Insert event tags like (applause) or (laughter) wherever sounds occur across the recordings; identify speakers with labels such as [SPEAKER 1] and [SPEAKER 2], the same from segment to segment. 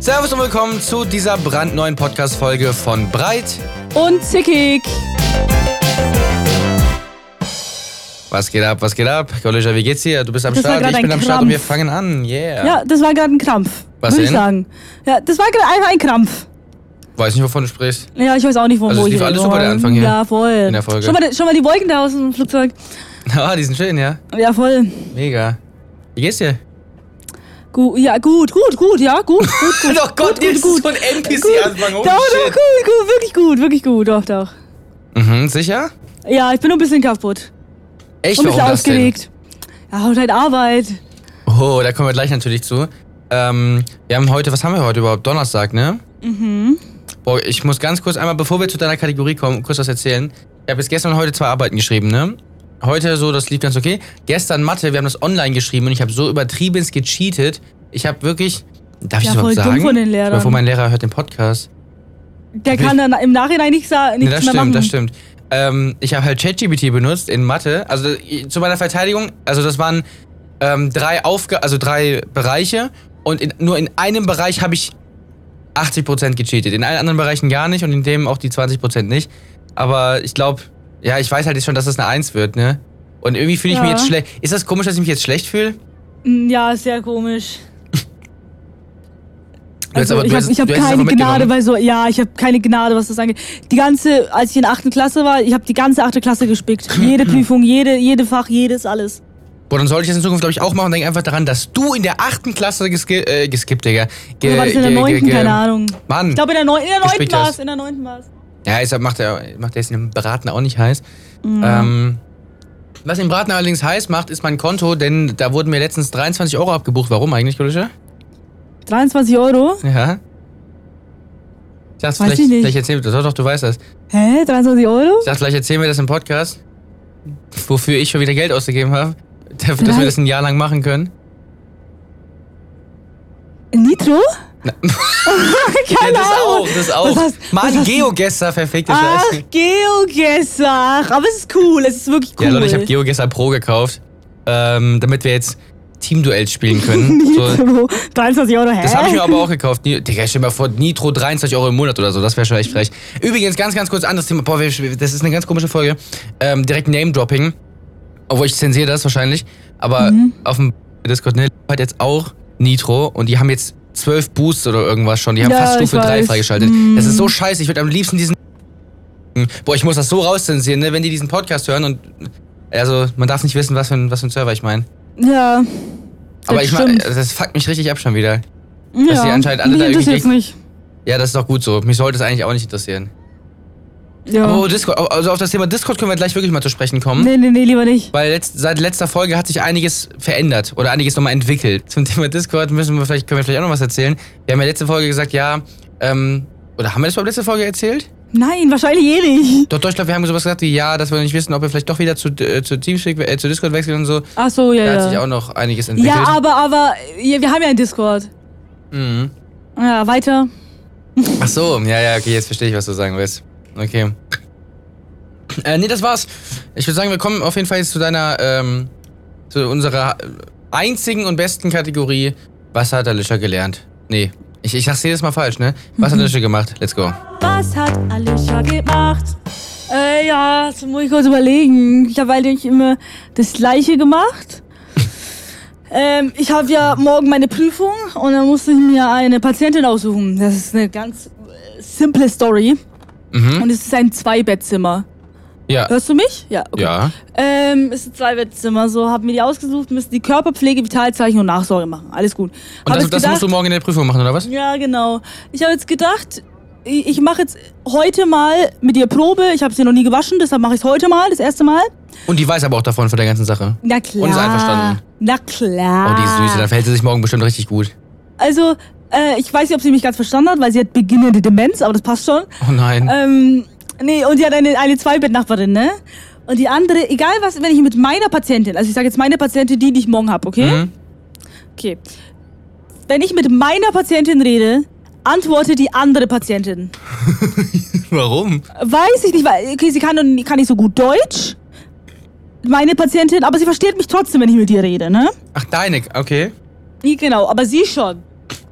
[SPEAKER 1] Servus und willkommen zu dieser brandneuen Podcast-Folge von Breit.
[SPEAKER 2] Und zickig.
[SPEAKER 1] Was geht ab, was geht ab? Kollege, wie geht's dir? Du bist am
[SPEAKER 2] Das war
[SPEAKER 1] Start, ich
[SPEAKER 2] gerade
[SPEAKER 1] bin
[SPEAKER 2] ein
[SPEAKER 1] am Start und wir
[SPEAKER 2] Krampf.
[SPEAKER 1] fangen an. Yeah.
[SPEAKER 2] Ja, das war gerade ein Krampf.
[SPEAKER 1] Was
[SPEAKER 2] würde ich
[SPEAKER 1] denn?
[SPEAKER 2] sagen. Ja, das war gerade einfach ein Krampf.
[SPEAKER 1] Weiß nicht, wovon du sprichst. (laughs)
[SPEAKER 2] Ja, ich weiß auch nicht, wo,
[SPEAKER 1] Also
[SPEAKER 2] wo
[SPEAKER 1] es
[SPEAKER 2] ich
[SPEAKER 1] lief alles
[SPEAKER 2] rede.
[SPEAKER 1] super, der Anfang hier.
[SPEAKER 2] Ja, voll. In
[SPEAKER 1] der Folge.
[SPEAKER 2] Schon mal, schon mal die Wolken da aus dem Flugzeug.
[SPEAKER 1] Ah, die sind schön, ja.
[SPEAKER 2] Ja, voll.
[SPEAKER 1] Mega. Wie geht's dir?
[SPEAKER 2] Gu ja, gut, gut, gut, ja, gut, gut, gut.
[SPEAKER 1] (laughs) Oh Gott, jetzt ist so ein NPC-Anfang, holy
[SPEAKER 2] Doch, doch,
[SPEAKER 1] shit.
[SPEAKER 2] gut, gut, wirklich gut, wirklich gut, doch, doch.
[SPEAKER 1] Mhm, sicher?
[SPEAKER 2] Ja, ich bin nur ein bisschen kaputt.
[SPEAKER 1] Echt,
[SPEAKER 2] Und ein
[SPEAKER 1] warum
[SPEAKER 2] bisschen
[SPEAKER 1] das denn?
[SPEAKER 2] aufgeregt. Ja, und halt Arbeit.
[SPEAKER 1] Oh, da kommen wir gleich natürlich zu. Ähm, wir haben heute, was haben wir heute überhaupt? Donnerstag, ne?
[SPEAKER 2] Mhm.
[SPEAKER 1] Boah, ich muss ganz kurz einmal, bevor wir zu deiner Kategorie kommen, kurz was erzählen. Ich habe jetzt gestern und heute zwei Arbeiten geschrieben, ne? Heute so, das lief ganz okay. Gestern Mathe, wir haben das online geschrieben und ich habe so übertrieben gecheatet. Ich habe wirklich. Darf ich
[SPEAKER 2] Ja,
[SPEAKER 1] das
[SPEAKER 2] voll
[SPEAKER 1] überhaupt
[SPEAKER 2] dumm
[SPEAKER 1] sagen?
[SPEAKER 2] von den
[SPEAKER 1] Ich
[SPEAKER 2] Lehrern.
[SPEAKER 1] meine, Vor mein Lehrer hört den Podcast.
[SPEAKER 2] Der kann dann im Nachhinein nichts, sa-
[SPEAKER 1] Nee,
[SPEAKER 2] nichts
[SPEAKER 1] das
[SPEAKER 2] mehr
[SPEAKER 1] stimmt,
[SPEAKER 2] machen.
[SPEAKER 1] das stimmt. Ähm, ich habe halt ChatGPT benutzt in Mathe. Also äh, zu meiner Verteidigung, also das waren ähm, drei Aufga also drei Bereiche und in, nur in einem Bereich habe ich 80% gecheatet. In allen anderen Bereichen gar nicht und in dem auch die 20% nicht. Aber ich glaube, ja, ich weiß halt jetzt schon, dass das eine 1 wird, ne? Und irgendwie fühle ich mich
[SPEAKER 2] Ja.
[SPEAKER 1] jetzt schlecht. Ist das komisch, dass ich mich jetzt schlecht fühle?
[SPEAKER 2] Mm, Ja, sehr komisch.
[SPEAKER 1] Du hättest
[SPEAKER 2] Also,
[SPEAKER 1] aber- du
[SPEAKER 2] ich habe
[SPEAKER 1] hättest-
[SPEAKER 2] ich hab
[SPEAKER 1] du hättest es
[SPEAKER 2] keine
[SPEAKER 1] aber mitgenommen. ne?
[SPEAKER 2] Gnade bei so, ja, ich habe keine Gnade, was das angeht. Die ganze, als ich in der achten Klasse war, ich habe die ganze achte Klasse gespickt.
[SPEAKER 1] (clears throat)
[SPEAKER 2] Jede Prüfung, jede, jede Fach, jedes, alles.
[SPEAKER 1] Boah, dann sollte ich das in Zukunft, glaube ich, auch machen. Denk einfach daran, dass du in der 8. Klasse geski äh, geskippt, Digga. Ge
[SPEAKER 2] Oder war das in der
[SPEAKER 1] ge- ge-
[SPEAKER 2] neunten,
[SPEAKER 1] ge-
[SPEAKER 2] keine Ahnung.
[SPEAKER 1] Mann.
[SPEAKER 2] Ich glaube, in der neun- in der neunten
[SPEAKER 1] Gespickt hast.
[SPEAKER 2] war es, in der neunten war es.
[SPEAKER 1] Ja, deshalb macht er, macht er es in dem Braten auch nicht heiß.
[SPEAKER 2] Mhm.
[SPEAKER 1] Ähm, was den Braten allerdings heiß macht, ist mein Konto, denn da wurden mir letztens 23 Euro abgebucht. Warum eigentlich, Kollege?
[SPEAKER 2] 23 Euro?
[SPEAKER 1] Ja. Ich dachte,
[SPEAKER 2] Weiß
[SPEAKER 1] vielleicht,
[SPEAKER 2] ich nicht.
[SPEAKER 1] vielleicht erzählen wir das. Doch, doch, du weißt das. Ich
[SPEAKER 2] Hä? 23 Euro?
[SPEAKER 1] dachte, vielleicht erzählen wir das im Podcast, wofür ich schon wieder Geld ausgegeben habe, (laughs) dass wir
[SPEAKER 2] Vielleicht-
[SPEAKER 1] das ein Jahr lang machen können.
[SPEAKER 2] Nitro? keine
[SPEAKER 1] ja, das
[SPEAKER 2] Ahnung.
[SPEAKER 1] auch, das
[SPEAKER 2] genau. Was
[SPEAKER 1] auch.
[SPEAKER 2] hast- was
[SPEAKER 1] Mann,
[SPEAKER 2] hast du- Ah,
[SPEAKER 1] Geogesser, verfickte
[SPEAKER 2] Ach,
[SPEAKER 1] Scheiße.
[SPEAKER 2] Geogesser. Ach, Aber es ist cool, es ist wirklich cool.
[SPEAKER 1] Ja, Leute, ich habe Geogesser Pro gekauft, ähm, damit wir jetzt Teamduells spielen
[SPEAKER 2] (laughs)
[SPEAKER 1] können. so,
[SPEAKER 2] Nitro. 23 Euro, hä?
[SPEAKER 1] Das habe ich mir aber auch gekauft. Ni- Digga, stell dir mal vor, Nitro 23 Euro im Monat oder so. Das wäre schon echt frech. Übrigens, ganz, ganz kurz anderes Thema. Boah, wir- das ist eine ganz komische Folge. Ähm, direkt Name-Dropping. Obwohl ich zensiere das wahrscheinlich. Aber
[SPEAKER 2] Mhm.
[SPEAKER 1] auf dem Discord, ne, hat jetzt auch Nitro und die haben jetzt zwölf Boosts oder irgendwas schon. Die haben
[SPEAKER 2] Ja,
[SPEAKER 1] fast
[SPEAKER 2] ich
[SPEAKER 1] Stufe 3
[SPEAKER 2] weiß. Mhm.
[SPEAKER 1] freigeschaltet. Das ist so scheiße. Ich würde am liebsten diesen. Boah, ich muss das so rauszensieren, ne, wenn die diesen Podcast hören und. Also, man darf nicht wissen, was für ein, was für ein Server ich meine.
[SPEAKER 2] Ja.
[SPEAKER 1] Aber ich meine,
[SPEAKER 2] stimmt.
[SPEAKER 1] das fuckt mich richtig ab schon wieder.
[SPEAKER 2] ja.
[SPEAKER 1] die anscheinend alle
[SPEAKER 2] Mich
[SPEAKER 1] da irgendwie
[SPEAKER 2] interessiert's nicht.
[SPEAKER 1] Ja, das ist doch gut so. Mich sollte es eigentlich auch nicht interessieren.
[SPEAKER 2] Ja.
[SPEAKER 1] Oh, Discord. Also auf das Thema Discord können wir gleich wirklich mal zu sprechen kommen.
[SPEAKER 2] Nee, nee, nee, lieber nicht.
[SPEAKER 1] Weil letzt, seit letzter Folge hat sich einiges verändert oder einiges nochmal entwickelt. Zum Thema Discord müssen wir vielleicht, können wir vielleicht auch noch was erzählen. Wir haben ja letzte Folge gesagt, ja, ähm, oder haben wir das überhaupt letzte Folge erzählt?
[SPEAKER 2] Nein, wahrscheinlich eh nicht.
[SPEAKER 1] Doch, doch, ich glaube, wir haben sowas gesagt, wie ja, dass wir nicht wissen, ob wir vielleicht doch wieder zu, äh, zu Teamspeak, äh, zu Discord wechseln und so.
[SPEAKER 2] Ach so,
[SPEAKER 1] Da hat
[SPEAKER 2] ja,
[SPEAKER 1] sich
[SPEAKER 2] ja.
[SPEAKER 1] auch noch einiges entwickelt.
[SPEAKER 2] Ja, aber, aber, ja, wir haben ja einen Discord.
[SPEAKER 1] mhm.
[SPEAKER 2] Ja, weiter.
[SPEAKER 1] Ach so, ja, ja, okay, jetzt verstehe ich, was du sagen willst. Okay. Äh, nee, das war's. Ich würde sagen, wir kommen auf jeden Fall jetzt zu deiner, ähm, zu unserer äh, einzigen und besten Kategorie. Was hat der Lischer gelernt? Nee, ich, ich sag's jedes Mal falsch, ne? Was
[SPEAKER 2] Mhm.
[SPEAKER 1] hat der Lischer gemacht? Let's go.
[SPEAKER 2] Was hat Alicia gemacht? Äh, ja, das muss ich kurz überlegen. Ich habe eigentlich immer das Gleiche (laughs) gemacht. ähm, ich habe ja morgen meine Prüfung und dann musste ich mir eine Patientin aussuchen. Das ist eine ganz äh, simple Story.
[SPEAKER 1] Mhm.
[SPEAKER 2] Und es ist ein Zweibettzimmer.
[SPEAKER 1] Ja.
[SPEAKER 2] Hörst du mich? Ja, okay.
[SPEAKER 1] Ja.
[SPEAKER 2] Ähm, ist ein Zweibettzimmer. So, hab mir die ausgesucht, müssen die Körperpflege, Vitalzeichen und Nachsorge machen. Alles gut.
[SPEAKER 1] Und
[SPEAKER 2] Hab
[SPEAKER 1] das,
[SPEAKER 2] jetzt
[SPEAKER 1] das musst du morgen in der Prüfung machen, oder was?
[SPEAKER 2] ja, genau. Ich habe jetzt gedacht, ich, ich mache jetzt heute mal mit ihr Probe. Ich habe sie noch nie gewaschen, deshalb mache ich es heute mal, das erste Mal.
[SPEAKER 1] Und die weiß aber auch davon, von der ganzen Sache.
[SPEAKER 2] Na klar.
[SPEAKER 1] Und ist einverstanden.
[SPEAKER 2] Na
[SPEAKER 1] Oh,
[SPEAKER 2] klar.
[SPEAKER 1] die ist Süße, dann verhält sie sich morgen bestimmt richtig gut.
[SPEAKER 2] Also, äh, ich weiß nicht, ob sie mich ganz verstanden hat, weil sie hat beginnende Demenz, aber das passt schon.
[SPEAKER 1] Oh nein.
[SPEAKER 2] Ähm, nee, und die hat eine, eine Zweibettnachbarin, ne? Und die andere, egal was, wenn ich mit meiner Patientin, also ich sage jetzt meine Patientin, die, die ich morgen habe, okay?
[SPEAKER 1] Mhm.
[SPEAKER 2] Okay. Wenn ich mit meiner Patientin rede, antwortet die andere Patientin.
[SPEAKER 1] Warum?
[SPEAKER 2] Weiß ich nicht, weil okay, sie kann, kann nicht so gut Deutsch, meine Patientin, aber sie versteht mich trotzdem, wenn ich mit ihr rede, ne?
[SPEAKER 1] Ach, deine, okay.
[SPEAKER 2] Nee, Genau, aber sie schon.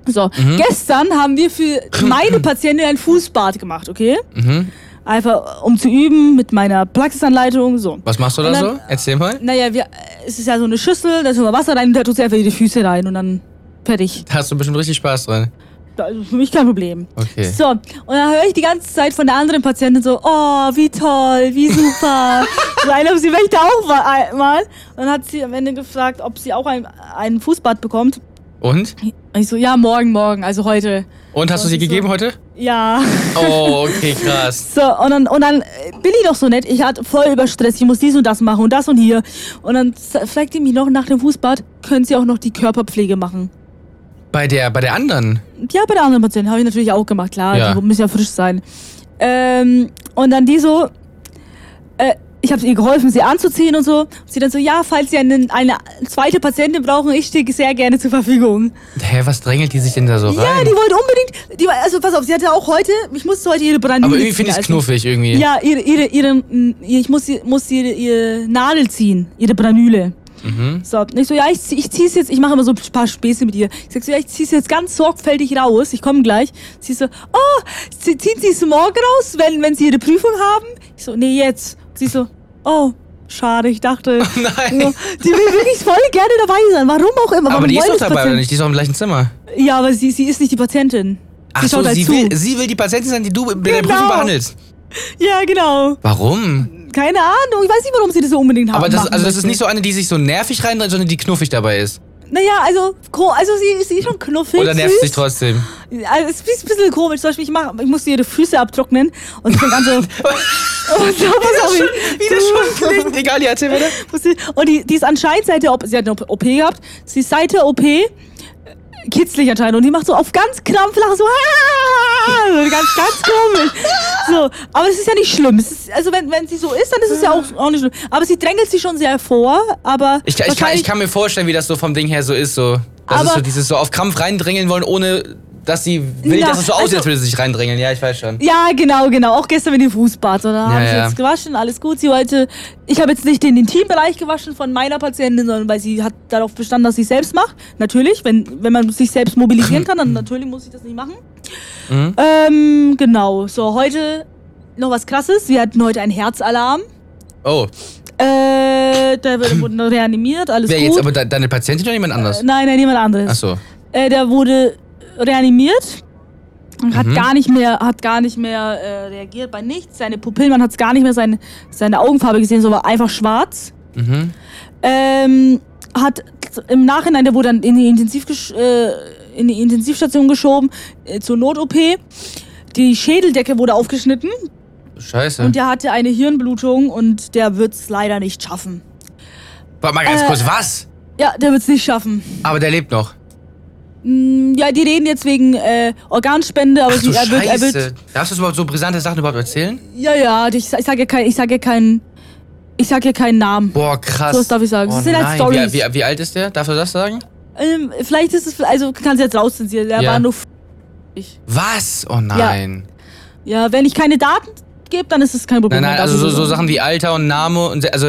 [SPEAKER 2] So,
[SPEAKER 1] Mhm.
[SPEAKER 2] gestern haben wir für
[SPEAKER 1] (clears throat)
[SPEAKER 2] meine Patientin ein Fußbad gemacht, okay?
[SPEAKER 1] Mhm.
[SPEAKER 2] Einfach um zu üben mit meiner Praxisanleitung, so.
[SPEAKER 1] Was machst du da
[SPEAKER 2] Und
[SPEAKER 1] so?
[SPEAKER 2] dann-
[SPEAKER 1] Erzähl mal.
[SPEAKER 2] Naja, wir, es ist ja so eine Schüssel, da ist immer Wasser rein und da tust du einfach die Füße rein und dann fertig.
[SPEAKER 1] Da hast du bestimmt richtig Spaß dran.
[SPEAKER 2] Da ist für mich kein Problem.
[SPEAKER 1] Okay.
[SPEAKER 2] So, und dann höre ich die ganze Zeit von der anderen Patientin so, oh, wie toll,
[SPEAKER 1] (laughs)
[SPEAKER 2] wie super. so eine, ob sie möchte auch wa- einmal. Und dann hat sie am Ende gefragt, ob sie auch ein, ein Fußbad bekommt.
[SPEAKER 1] Und?
[SPEAKER 2] Und ich so, ja, morgen, morgen, also heute.
[SPEAKER 1] Und hast du sie
[SPEAKER 2] Das ist
[SPEAKER 1] gegeben
[SPEAKER 2] so-
[SPEAKER 1] heute?
[SPEAKER 2] Ja.
[SPEAKER 1] Oh, okay, krass.
[SPEAKER 2] So, und dann, und dann äh, bin ich doch so nett. Ich hatte voll überstresst. Ich muss dies und das machen und das und hier. Und dann z- fragt die mich noch nach dem Fußbad, können sie auch noch die Körperpflege machen?
[SPEAKER 1] Bei der, bei der anderen.
[SPEAKER 2] Ja, bei der anderen Patientin habe ich natürlich auch gemacht, klar.
[SPEAKER 1] Ja.
[SPEAKER 2] Die müssen ja frisch sein. Ähm, und dann die so, äh, ich habe ihr geholfen, sie anzuziehen und so. Und sie dann so, ja, falls sie einen, eine zweite Patientin brauchen, ich stehe sehr gerne zur Verfügung.
[SPEAKER 1] Hä, was drängelt die sich denn da so
[SPEAKER 2] Ja,
[SPEAKER 1] rein?
[SPEAKER 2] die wollte unbedingt, die, war- also pass auf, sie hatte auch heute, ich musste heute ihre Brandung also
[SPEAKER 1] Aber irgendwie finde ich es knuffig irgendwie.
[SPEAKER 2] Ja, ihre, ihre, ihre, mm, ich muss, sie- muss ihre, ihre Nadel ziehen, ihre Branüle.
[SPEAKER 1] Mhm.
[SPEAKER 2] So, und ich so, ja, ich, zieh- ich zieh's jetzt, ich mache immer so ein paar Späße mit ihr. Ich sag so, ja, ich zieh's jetzt ganz sorgfältig raus, ich komme gleich. Sie so, oh, sie, ziehen Sie es morgen raus, wenn, wenn Sie Ihre Prüfung haben? Ich so, nee, jetzt. Sie so, oh, schade, ich dachte.
[SPEAKER 1] (laughs) Oh Nein.
[SPEAKER 2] So, die will wirklich voll gerne dabei sein, warum auch immer.
[SPEAKER 1] Aber
[SPEAKER 2] warum
[SPEAKER 1] die ist
[SPEAKER 2] wollen
[SPEAKER 1] doch
[SPEAKER 2] das
[SPEAKER 1] dabei, oder
[SPEAKER 2] Patienten-
[SPEAKER 1] nicht? Die ist doch im gleichen Zimmer.
[SPEAKER 2] Ja, aber sie, sie ist nicht die Patientin.
[SPEAKER 1] Ach
[SPEAKER 2] sie
[SPEAKER 1] so,
[SPEAKER 2] schaut halt
[SPEAKER 1] sie
[SPEAKER 2] zu.
[SPEAKER 1] will, sie will die Patientin sein, die du in der
[SPEAKER 2] Genau.
[SPEAKER 1] Prüfung behandelst.
[SPEAKER 2] Ja, genau.
[SPEAKER 1] Warum?
[SPEAKER 2] Keine Ahnung, ich weiß nicht, warum sie das so unbedingt haben.
[SPEAKER 1] Aber das,
[SPEAKER 2] machen
[SPEAKER 1] also das ist
[SPEAKER 2] möchte.
[SPEAKER 1] nicht so eine, die sich so nervig reindreht, sondern die knuffig dabei ist.
[SPEAKER 2] Naja, also, gro- also sie, sie ist schon knuffig.
[SPEAKER 1] Oder nervt
[SPEAKER 2] süß.
[SPEAKER 1] sich trotzdem.
[SPEAKER 2] Also, es ist ein bisschen komisch. Zum Beispiel, ich, mach, ich musste ihre Füße abtrocknen und ich bin ganz so. (laughs) und so
[SPEAKER 1] (laughs)
[SPEAKER 2] was auch
[SPEAKER 1] schon klingt. Egal, die erzähl bitte.
[SPEAKER 2] Und die, die ist anscheinend seit der OP, sie hat eine OP gehabt, sie ist seit der OP äh, kitzlig anscheinend und die macht so auf ganz krampflach so, "Ah!" so ganz, ganz komisch. So, aber es ist ja nicht schlimm. Es ist, also wenn, wenn sie so ist, dann ist es ja auch, auch nicht schlimm. Aber sie drängelt sich schon sehr vor, aber
[SPEAKER 1] Ich, ich, kann, ich
[SPEAKER 2] wahrscheinlich-
[SPEAKER 1] kann mir vorstellen, wie das so vom Ding her so ist. So. Das ist
[SPEAKER 2] Aber-
[SPEAKER 1] so dieses so auf Krampf reindrängeln wollen, ohne dass sie will,
[SPEAKER 2] Ja,
[SPEAKER 1] dass es so aussieht, als
[SPEAKER 2] also-
[SPEAKER 1] würde sie sich reindrängeln. Ja, ich weiß schon.
[SPEAKER 2] Ja, genau, genau. Auch gestern mit dem Fußbad. Oder
[SPEAKER 1] Ja,
[SPEAKER 2] habe ich
[SPEAKER 1] ja.
[SPEAKER 2] jetzt gewaschen, alles gut. Sie wollte, ich habe jetzt nicht den Intimbereich gewaschen von meiner Patientin, sondern weil sie hat darauf bestanden, dass sie es selbst macht. Natürlich, wenn, wenn man sich
[SPEAKER 1] (laughs)
[SPEAKER 2] selbst mobilisieren kann, dann natürlich muss ich das nicht machen.
[SPEAKER 1] Mhm.
[SPEAKER 2] Ähm, genau. So, heute noch was krasses. Wir hatten heute einen Herzalarm.
[SPEAKER 1] Oh,
[SPEAKER 2] Äh, der wurde- wurde
[SPEAKER 1] (clears throat)
[SPEAKER 2] noch reanimiert, alles
[SPEAKER 1] wer
[SPEAKER 2] gut.
[SPEAKER 1] jetzt? Aber de deine Patientin oder jemand anders?
[SPEAKER 2] Äh, nein, nein, jemand anderes.
[SPEAKER 1] Ach so.
[SPEAKER 2] Äh, der wurde reanimiert und hat
[SPEAKER 1] Mhm.
[SPEAKER 2] gar nicht mehr, hat gar nicht mehr äh, reagiert bei nichts. Seine Pupillen, man hat es gar nicht mehr seine, seine Augenfarbe gesehen, so war einfach schwarz.
[SPEAKER 1] Mhm.
[SPEAKER 2] Ähm, hat z- im Nachhinein, der wurde dann in die, Intensiv äh, in die Intensivstation geschoben, äh, zur Not-OP. Die Schädeldecke wurde aufgeschnitten
[SPEAKER 1] Scheiße.
[SPEAKER 2] und der hatte eine Hirnblutung und der wird es leider nicht schaffen.
[SPEAKER 1] Warte mal ganz
[SPEAKER 2] äh,
[SPEAKER 1] kurz, was?
[SPEAKER 2] Ja, der wird es nicht schaffen.
[SPEAKER 1] Aber der lebt noch.
[SPEAKER 2] Mm, Ja, die reden jetzt wegen äh, Organspende, aber
[SPEAKER 1] Ach
[SPEAKER 2] sie,
[SPEAKER 1] du
[SPEAKER 2] er, wird, er wird
[SPEAKER 1] Scheiße. Darfst du das überhaupt so brisante Sachen überhaupt erzählen?
[SPEAKER 2] Ja, ja, also ich, sa- ich sage ja kein, ich sage ja keinen, ich sage ja keinen Namen.
[SPEAKER 1] Boah, krass.
[SPEAKER 2] So, das darf ich sagen.
[SPEAKER 1] Oh,
[SPEAKER 2] Das sind halt
[SPEAKER 1] nein.
[SPEAKER 2] Stories.
[SPEAKER 1] Wie, wie, wie alt ist der? Darfst du das sagen?
[SPEAKER 2] Ähm, vielleicht ist es, also kannst du jetzt rauszensieren, er
[SPEAKER 1] Ja.
[SPEAKER 2] war nur. f- Ich.
[SPEAKER 1] Was? Oh nein.
[SPEAKER 2] Ja, wenn ich keine Daten gebe, dann ist es kein Problem.
[SPEAKER 1] Nein, nein,
[SPEAKER 2] Dann
[SPEAKER 1] also
[SPEAKER 2] darf
[SPEAKER 1] so, so
[SPEAKER 2] ich
[SPEAKER 1] Sachen wie Alter und Name und also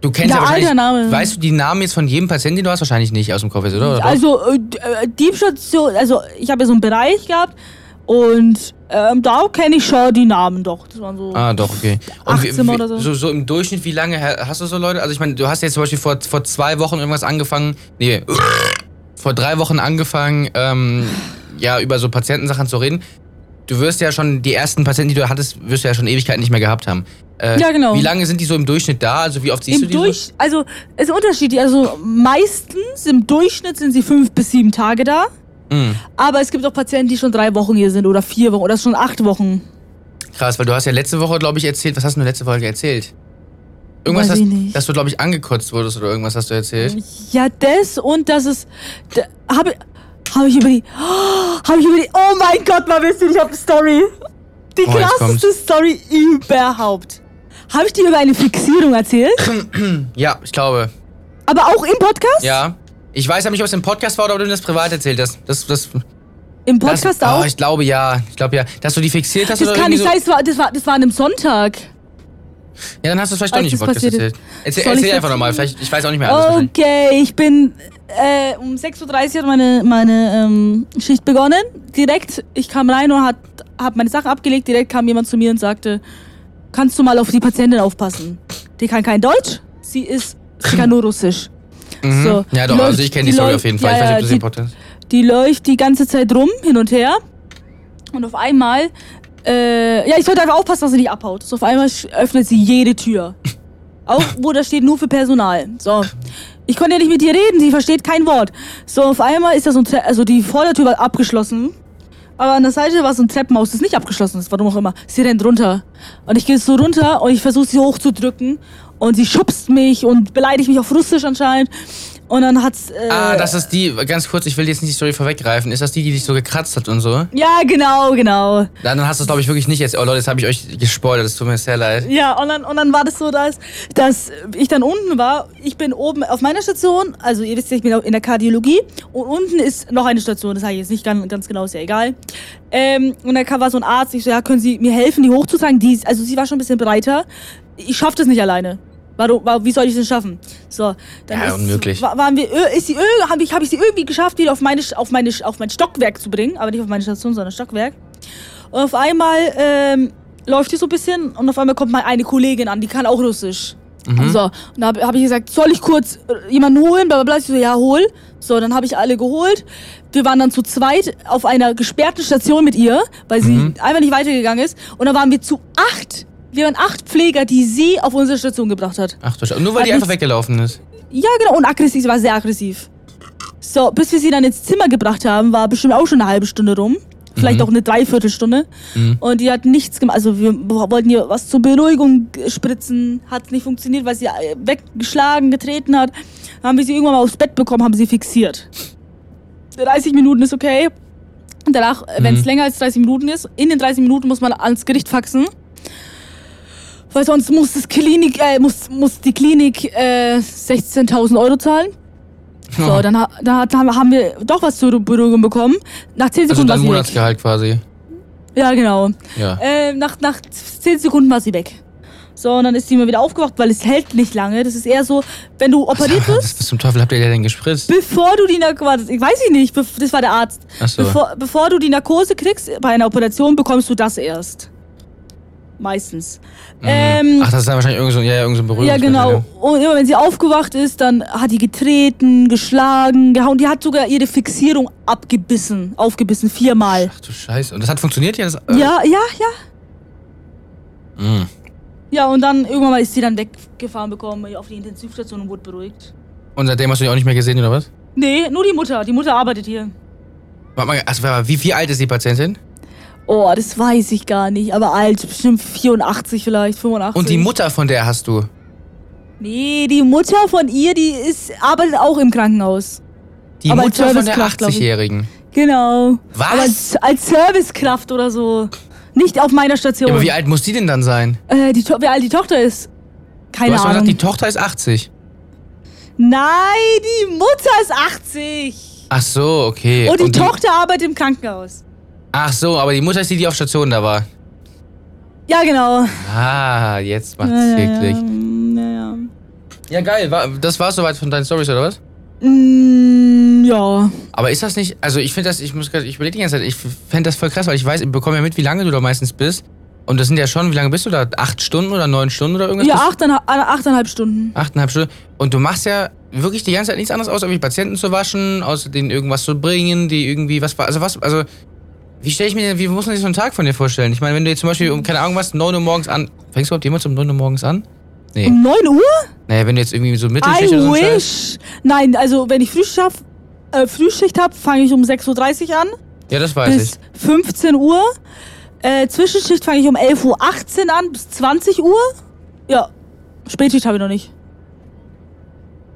[SPEAKER 1] du kennst ja,
[SPEAKER 2] Ja,
[SPEAKER 1] wahrscheinlich.
[SPEAKER 2] Alter, Name.
[SPEAKER 1] Weißt du die Namen jetzt von jedem Patienten, den du hast? Wahrscheinlich nicht aus dem Kopf jetzt, oder? oder?
[SPEAKER 2] Also, äh, d- äh, Diebstation, also ich habe ja so einen Bereich gehabt und ähm, da kenne ich schon die Namen doch. Das waren so.
[SPEAKER 1] ah, doch, okay. Und wie-
[SPEAKER 2] 18
[SPEAKER 1] wie,
[SPEAKER 2] oder so.
[SPEAKER 1] so. So im Durchschnitt, wie lange ha- hast du so Leute? Also ich meine, du hast jetzt zum Beispiel vor, vor zwei Wochen irgendwas angefangen. Nee, vor drei Wochen angefangen, ähm, ja, über so Patientensachen zu reden. Du wirst ja schon, die ersten Patienten, die du hattest, wirst du ja schon Ewigkeiten nicht mehr gehabt haben. Äh,
[SPEAKER 2] Ja, genau.
[SPEAKER 1] Wie lange sind die so im Durchschnitt da? Also wie oft siehst du
[SPEAKER 2] Im
[SPEAKER 1] die? so?
[SPEAKER 2] Durch, also es ist unterschiedlich. Also meistens im Durchschnitt sind sie fünf bis sieben Tage da.
[SPEAKER 1] Mhm.
[SPEAKER 2] Aber es gibt auch Patienten, die schon drei Wochen hier sind oder vier Wochen oder schon acht Wochen.
[SPEAKER 1] Krass, weil du hast ja letzte Woche, glaube ich, erzählt, was hast du in der letzten Folge erzählt? Irgendwas,
[SPEAKER 2] Weiß
[SPEAKER 1] hast,
[SPEAKER 2] ich nicht.
[SPEAKER 1] dass du, glaube ich, angekotzt wurdest oder irgendwas hast du erzählt.
[SPEAKER 2] Ja, das und das ist. Da, habe hab ich über die. (gasps) Oh, habe ich über die. Oh mein Gott, mal wisst ihr, ich habe eine Story. Die
[SPEAKER 1] Oh, jetzt
[SPEAKER 2] krasseste Story überhaupt. Habe ich dir über eine Fixierung erzählt?
[SPEAKER 1] Ja, ich glaube.
[SPEAKER 2] Aber auch im Podcast?
[SPEAKER 1] Ja. Ich weiß ja nicht, ob es im Podcast war oder ob du mir das privat erzählt hast. Das, das,
[SPEAKER 2] Im
[SPEAKER 1] das,
[SPEAKER 2] Podcast
[SPEAKER 1] oh,
[SPEAKER 2] auch.
[SPEAKER 1] Ich glaube ja. Ich glaube ja. Dass du die fixiert hast
[SPEAKER 2] das
[SPEAKER 1] oder
[SPEAKER 2] kann
[SPEAKER 1] irgendwie
[SPEAKER 2] nicht sein, das war, das, war, das war an einem Sonntag.
[SPEAKER 1] so. Ja, dann hast du es vielleicht doch
[SPEAKER 2] Als
[SPEAKER 1] nicht im
[SPEAKER 2] es
[SPEAKER 1] Podcast
[SPEAKER 2] passiert ist.
[SPEAKER 1] erzählt. Erzähl,
[SPEAKER 2] Soll ich Oh,
[SPEAKER 1] erzähl einfach
[SPEAKER 2] erzählen?
[SPEAKER 1] nochmal, vielleicht, ich weiß auch nicht mehr alles. wahrscheinlich.
[SPEAKER 2] Okay, ich bin äh, um 6.30 Uhr hat meine, meine ähm, Schicht begonnen. Direkt, ich kam rein und hat, hab meine Sachen abgelegt. Direkt kam jemand zu mir und sagte, kannst du mal auf die Patientin aufpassen? Die kann kein Deutsch,
[SPEAKER 1] (laughs)
[SPEAKER 2] sie ist, sie kann nur Russisch.
[SPEAKER 1] Mhm.
[SPEAKER 2] so,
[SPEAKER 1] ja, doch,
[SPEAKER 2] die
[SPEAKER 1] also
[SPEAKER 2] läuft-
[SPEAKER 1] ich kenne
[SPEAKER 2] die
[SPEAKER 1] die Story
[SPEAKER 2] läuft-
[SPEAKER 1] auf jeden
[SPEAKER 2] ja,
[SPEAKER 1] Fall. ich weiß nicht,
[SPEAKER 2] ja,
[SPEAKER 1] ob das
[SPEAKER 2] die-
[SPEAKER 1] im Podcast
[SPEAKER 2] Die läuft die ganze Zeit rum, hin und her. Und auf einmal, äh, ja, ich sollte einfach aufpassen, dass sie nicht abhaut. So auf einmal sch- öffnet sie jede Tür. (laughs) Auch wo da steht nur für Personal. So. Ich konnte ja nicht mit ihr reden, sie versteht kein Wort. So, auf einmal ist da so ein Tre also die Vordertür war abgeschlossen. Aber an der Seite war so ein Treppenhaus, das nicht abgeschlossen ist, warum auch immer. Sie rennt runter. Und ich gehe so runter und ich versuche sie hochzudrücken. Und sie schubst mich und beleidigt mich auf Russisch anscheinend. Und dann hat's. Äh,
[SPEAKER 1] Ah, das ist die, ganz kurz, ich will jetzt nicht die Story vorweggreifen. Ist das die, die dich so gekratzt hat und so?
[SPEAKER 2] Ja, genau, genau.
[SPEAKER 1] Dann dann hast du es, glaube ich, wirklich nicht jetzt. Oh Leute, jetzt habe ich euch gespoilert, es tut mir sehr leid.
[SPEAKER 2] Ja, und dann, und dann war das so, dass, dass ich dann unten war. Ich bin oben auf meiner Station, also ihr wisst ja, ich bin in der Kardiologie. Und unten ist noch eine Station, das sage ich jetzt nicht ganz, ganz genau, ist ja egal. Ähm, und da kam- war so ein Arzt, ich so, ja, können Sie mir helfen, die hochzutragen? Die, ist- also sie war schon ein bisschen breiter. Ich schaff das nicht alleine. Warum, warum, wie soll ich das schaffen? So, dann
[SPEAKER 1] Ja,
[SPEAKER 2] ist,
[SPEAKER 1] unmöglich.
[SPEAKER 2] wa- Waren wir, ö- ist sie, ö- hab ich, hab ich sie irgendwie geschafft, wieder auf, meine, Sch- auf, meine, Sch- auf mein Stockwerk zu bringen. Aber nicht auf meine Station, sondern Stockwerk. Und auf einmal ähm, läuft die so ein bisschen und auf einmal kommt mal eine Kollegin an, die kann auch Russisch.
[SPEAKER 1] Mhm.
[SPEAKER 2] So, und da habe hab ich gesagt, soll ich kurz äh, jemanden holen? Blablabla. Ich so, ja, hol. So, dann habe ich alle geholt. Wir waren dann zu zweit auf einer gesperrten Station mit ihr, weil sie
[SPEAKER 1] Mhm.
[SPEAKER 2] einfach nicht weitergegangen ist. Und dann waren wir zu acht. Wir waren acht Pfleger, die sie auf unsere Station gebracht hat.
[SPEAKER 1] Ach du Scheiße. Nur weil
[SPEAKER 2] Hat
[SPEAKER 1] die einfach
[SPEAKER 2] nichts-
[SPEAKER 1] weggelaufen ist.
[SPEAKER 2] Ja, genau. Und aggressiv, sie war sehr aggressiv. So, bis wir sie dann ins Zimmer gebracht haben, war bestimmt auch schon eine halbe Stunde rum. Vielleicht auch eine Dreiviertelstunde.
[SPEAKER 1] Hm?
[SPEAKER 2] Und die hat nichts gemacht. Also wir wollten ihr was zur Beruhigung spritzen. Hat nicht funktioniert, weil sie äh, weggeschlagen, getreten hat. Dann haben wir sie irgendwann mal aufs Bett bekommen, haben sie fixiert. 30 Minuten ist okay. Und danach, wenn
[SPEAKER 1] Mhm.
[SPEAKER 2] es länger als 30 Minuten ist, in den 30 Minuten muss man ans Gericht faxen. Weil sonst muss, das Klinik, äh, muss, muss die Klinik äh, 16.000 Euro zahlen. So, dann, ha- dann hat- haben wir- haben wir doch was zur Beruhigung bekommen. Nach 10
[SPEAKER 1] Also
[SPEAKER 2] Sekunden
[SPEAKER 1] dein
[SPEAKER 2] war sie weg.
[SPEAKER 1] Monatsgehalt quasi.
[SPEAKER 2] Ja, genau.
[SPEAKER 1] Ja.
[SPEAKER 2] Ähm, nach, nach 10 Sekunden war sie weg. So, und dann ist sie mal wieder aufgewacht, weil es hält nicht lange. Das ist eher so, wenn du operiert wirst,
[SPEAKER 1] Was zum Teufel habt ihr denn gespritzt?
[SPEAKER 2] bevor du die Narkose... Ich weiß ich nicht, bef- das war der Arzt.
[SPEAKER 1] Ach so.
[SPEAKER 2] Bevor, bevor du die Narkose kriegst, bei einer Operation bekommst du das erst. Meistens. Ähm,
[SPEAKER 1] Mhm. Ach, das ist dann wahrscheinlich irgend so, ja, ja, irgend so ein
[SPEAKER 2] ja,
[SPEAKER 1] Berührungsmittel. ne?
[SPEAKER 2] genau. Und immer wenn sie aufgewacht ist, dann hat die getreten, geschlagen, gehauen. Die hat sogar ihre Fixierung abgebissen, aufgebissen, viermal.
[SPEAKER 1] Ach du Scheiße. Und das hat funktioniert ja? Das, äh,
[SPEAKER 2] Ja, ja, ja.
[SPEAKER 1] mh.
[SPEAKER 2] Ja, und dann irgendwann mal ist sie dann weggefahren bekommen auf die Intensivstation und wurde beruhigt.
[SPEAKER 1] Und seitdem hast du die auch nicht mehr gesehen, oder was?
[SPEAKER 2] Nee, nur die Mutter. Die Mutter arbeitet hier.
[SPEAKER 1] Warte mal, also, warte mal, wie, wie alt ist die Patientin?
[SPEAKER 2] Oh, das weiß ich gar nicht. Aber alt, bestimmt 84 vielleicht, 85.
[SPEAKER 1] Und die Mutter von der hast du?
[SPEAKER 2] Nee, die Mutter von ihr, die ist, arbeitet auch im Krankenhaus.
[SPEAKER 1] Die
[SPEAKER 2] Aber als
[SPEAKER 1] Mutter von der
[SPEAKER 2] Servicekraft, glaub ich.
[SPEAKER 1] 80-Jährigen.
[SPEAKER 2] Genau.
[SPEAKER 1] Was?
[SPEAKER 2] Aber als, als Servicekraft oder so. Nicht auf meiner Station.
[SPEAKER 1] Ja, aber wie alt muss die denn dann sein?
[SPEAKER 2] Äh, die to wie alt die Tochter ist?
[SPEAKER 1] Du
[SPEAKER 2] Keine
[SPEAKER 1] hast doch
[SPEAKER 2] Ahnung.
[SPEAKER 1] gesagt, die Tochter ist 80.
[SPEAKER 2] Nein, die Mutter ist 80.
[SPEAKER 1] Ach so, okay.
[SPEAKER 2] Und Oh, die Tochter arbeitet im Krankenhaus.
[SPEAKER 1] Ach so, aber die Mutter ist die, die auf Station da war.
[SPEAKER 2] Ja, genau.
[SPEAKER 1] Ah, jetzt macht's
[SPEAKER 2] Ja, ja,
[SPEAKER 1] wirklich.
[SPEAKER 2] Ja, ja.
[SPEAKER 1] Ja, geil. War, das war's soweit von deinen Stories, oder was?
[SPEAKER 2] Mm, ja.
[SPEAKER 1] Aber ist das nicht. Also, ich finde das. Ich muss grad, Ich überlege die ganze Zeit. Ich fände das voll krass, weil ich weiß, ich bekomme ja mit, wie lange du da meistens bist. Und das sind ja schon. Wie lange bist du da? Acht Stunden oder neun Stunden oder irgendwas?
[SPEAKER 2] ja
[SPEAKER 1] Bist-
[SPEAKER 2] achteinhalb, achteinhalb Stunden.
[SPEAKER 1] Achteinhalb Stunden. Und du machst ja wirklich die ganze Zeit nichts anderes, außer irgendwie Patienten zu waschen, außer denen irgendwas zu bringen, die irgendwie was. Also, was. Also. Wie stelle ich mir denn, wie muss man sich so einen Tag von dir vorstellen? Ich meine, wenn du jetzt zum Beispiel um, keine Ahnung was, 9 Uhr morgens an. Fängst du überhaupt jemals um 9 Uhr morgens an? Nee.
[SPEAKER 2] Um 9 Uhr?
[SPEAKER 1] Naja, wenn du jetzt irgendwie so
[SPEAKER 2] I
[SPEAKER 1] Mittelschicht oder so einen Scheiß-
[SPEAKER 2] wish. Nein, also wenn ich Frühschicht habe, äh, Frühschicht hab, fange ich um 6.30 Uhr an
[SPEAKER 1] Ja, das weiß ich.
[SPEAKER 2] bis 15 Uhr. Äh, Zwischenschicht fange ich um 11.18 Uhr an bis 20 Uhr. Ja, Spätschicht habe ich noch nicht.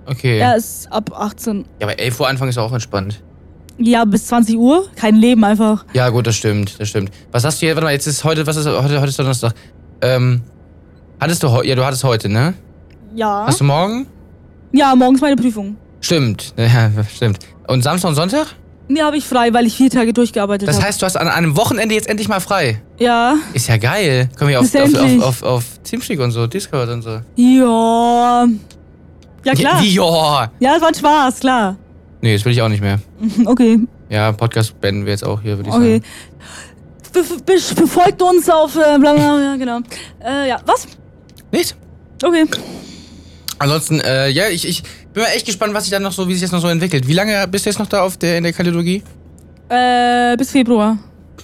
[SPEAKER 1] Okay.
[SPEAKER 2] Ja,
[SPEAKER 1] Ja,
[SPEAKER 2] ist ab 18.
[SPEAKER 1] aber 11 Uhr Anfang ist ja auch entspannt.
[SPEAKER 2] Ja, bis 20 Uhr. Kein Leben einfach.
[SPEAKER 1] Ja, gut, das stimmt, das stimmt. Was hast du hier? Warte mal, jetzt ist heute, was ist heute? Heute ist Donnerstag. Ähm, hattest du heute? Ja, du hattest heute, ne?
[SPEAKER 2] Ja.
[SPEAKER 1] Hast du morgen?
[SPEAKER 2] Ja, morgens meine Prüfung.
[SPEAKER 1] (laughs) Stimmt, ja, stimmt. Und Samstag und Sonntag?
[SPEAKER 2] Nee, habe ich frei, weil ich vier Tage durchgearbeitet
[SPEAKER 1] Das
[SPEAKER 2] habe.
[SPEAKER 1] heißt, du hast an einem Wochenende jetzt endlich mal frei.
[SPEAKER 2] Ja.
[SPEAKER 1] Ist ja geil. Können wir auf,
[SPEAKER 2] Ist
[SPEAKER 1] auf,
[SPEAKER 2] endlich.
[SPEAKER 1] auf, auf, auf Teamspeak und so, Discord und so.
[SPEAKER 2] Ja. Ja, klar.
[SPEAKER 1] Wie, ja.
[SPEAKER 2] Ja, es war ein Spaß, klar. (laughs)
[SPEAKER 1] Nee, das will ich auch nicht mehr.
[SPEAKER 2] Okay,
[SPEAKER 1] Ja, Podcast beenden wir jetzt auch hier, würde ich
[SPEAKER 2] okay.
[SPEAKER 1] sagen.
[SPEAKER 2] Be be befolgt uns auf äh, bla bla, ja, genau. Äh, ja, was?
[SPEAKER 1] Nicht?
[SPEAKER 2] Okay.
[SPEAKER 1] Ansonsten, äh, ja, ich, ich bin mal echt gespannt, was sich dann noch so, wie sich das noch so entwickelt. Wie lange bist du jetzt noch da auf der, in der Kalidologie?
[SPEAKER 2] Äh, bis Februar.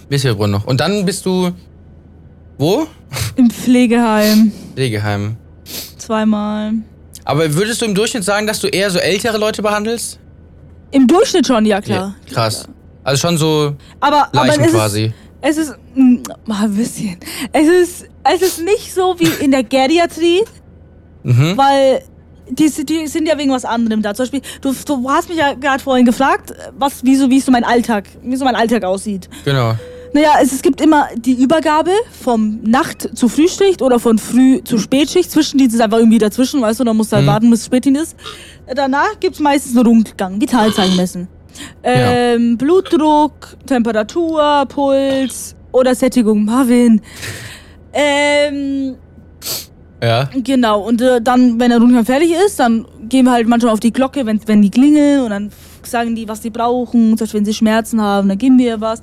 [SPEAKER 1] Bis Februar noch. Und dann bist du. Wo?
[SPEAKER 2] Im Pflegeheim.
[SPEAKER 1] Pflegeheim.
[SPEAKER 2] Zweimal.
[SPEAKER 1] Aber würdest du im Durchschnitt sagen, dass du eher so ältere Leute behandelst?
[SPEAKER 2] Im Durchschnitt schon, ja klar.
[SPEAKER 1] Ja, krass. Also schon so
[SPEAKER 2] Aber, aber
[SPEAKER 1] Leichen
[SPEAKER 2] es, ist,
[SPEAKER 1] quasi.
[SPEAKER 2] es ist mm, mal ein bisschen. Es ist, es ist nicht so wie in der Geriatrie,
[SPEAKER 1] Mhm.
[SPEAKER 2] weil die, sind- die sind ja wegen was anderem da. Zum Beispiel, du, du hast mich ja gerade vorhin gefragt, was, wie, so, wie so mein Alltag, wie so mein Alltag aussieht.
[SPEAKER 1] Genau.
[SPEAKER 2] Naja, es, es gibt immer die Übergabe vom Nacht zu Frühschicht oder von Früh zu Spätschicht. Zwischendienst ist einfach irgendwie dazwischen, weißt du, dann musst du halt
[SPEAKER 1] Mhm.
[SPEAKER 2] warten, bis Spätdienst ist. Danach gibt's meistens einen Rundgang, Vitalzeichen messen. Ähm, Blutdruck, Temperatur, Puls oder Sättigung, Marvin. Ähm,
[SPEAKER 1] Ja.
[SPEAKER 2] genau, und äh, dann, wenn der Rundgang fertig ist, dann gehen wir halt manchmal auf die Glocke, wenn, wenn die klingeln und dann sagen die, was die brauchen. Zum Beispiel, wenn sie Schmerzen haben, dann geben wir ihr was.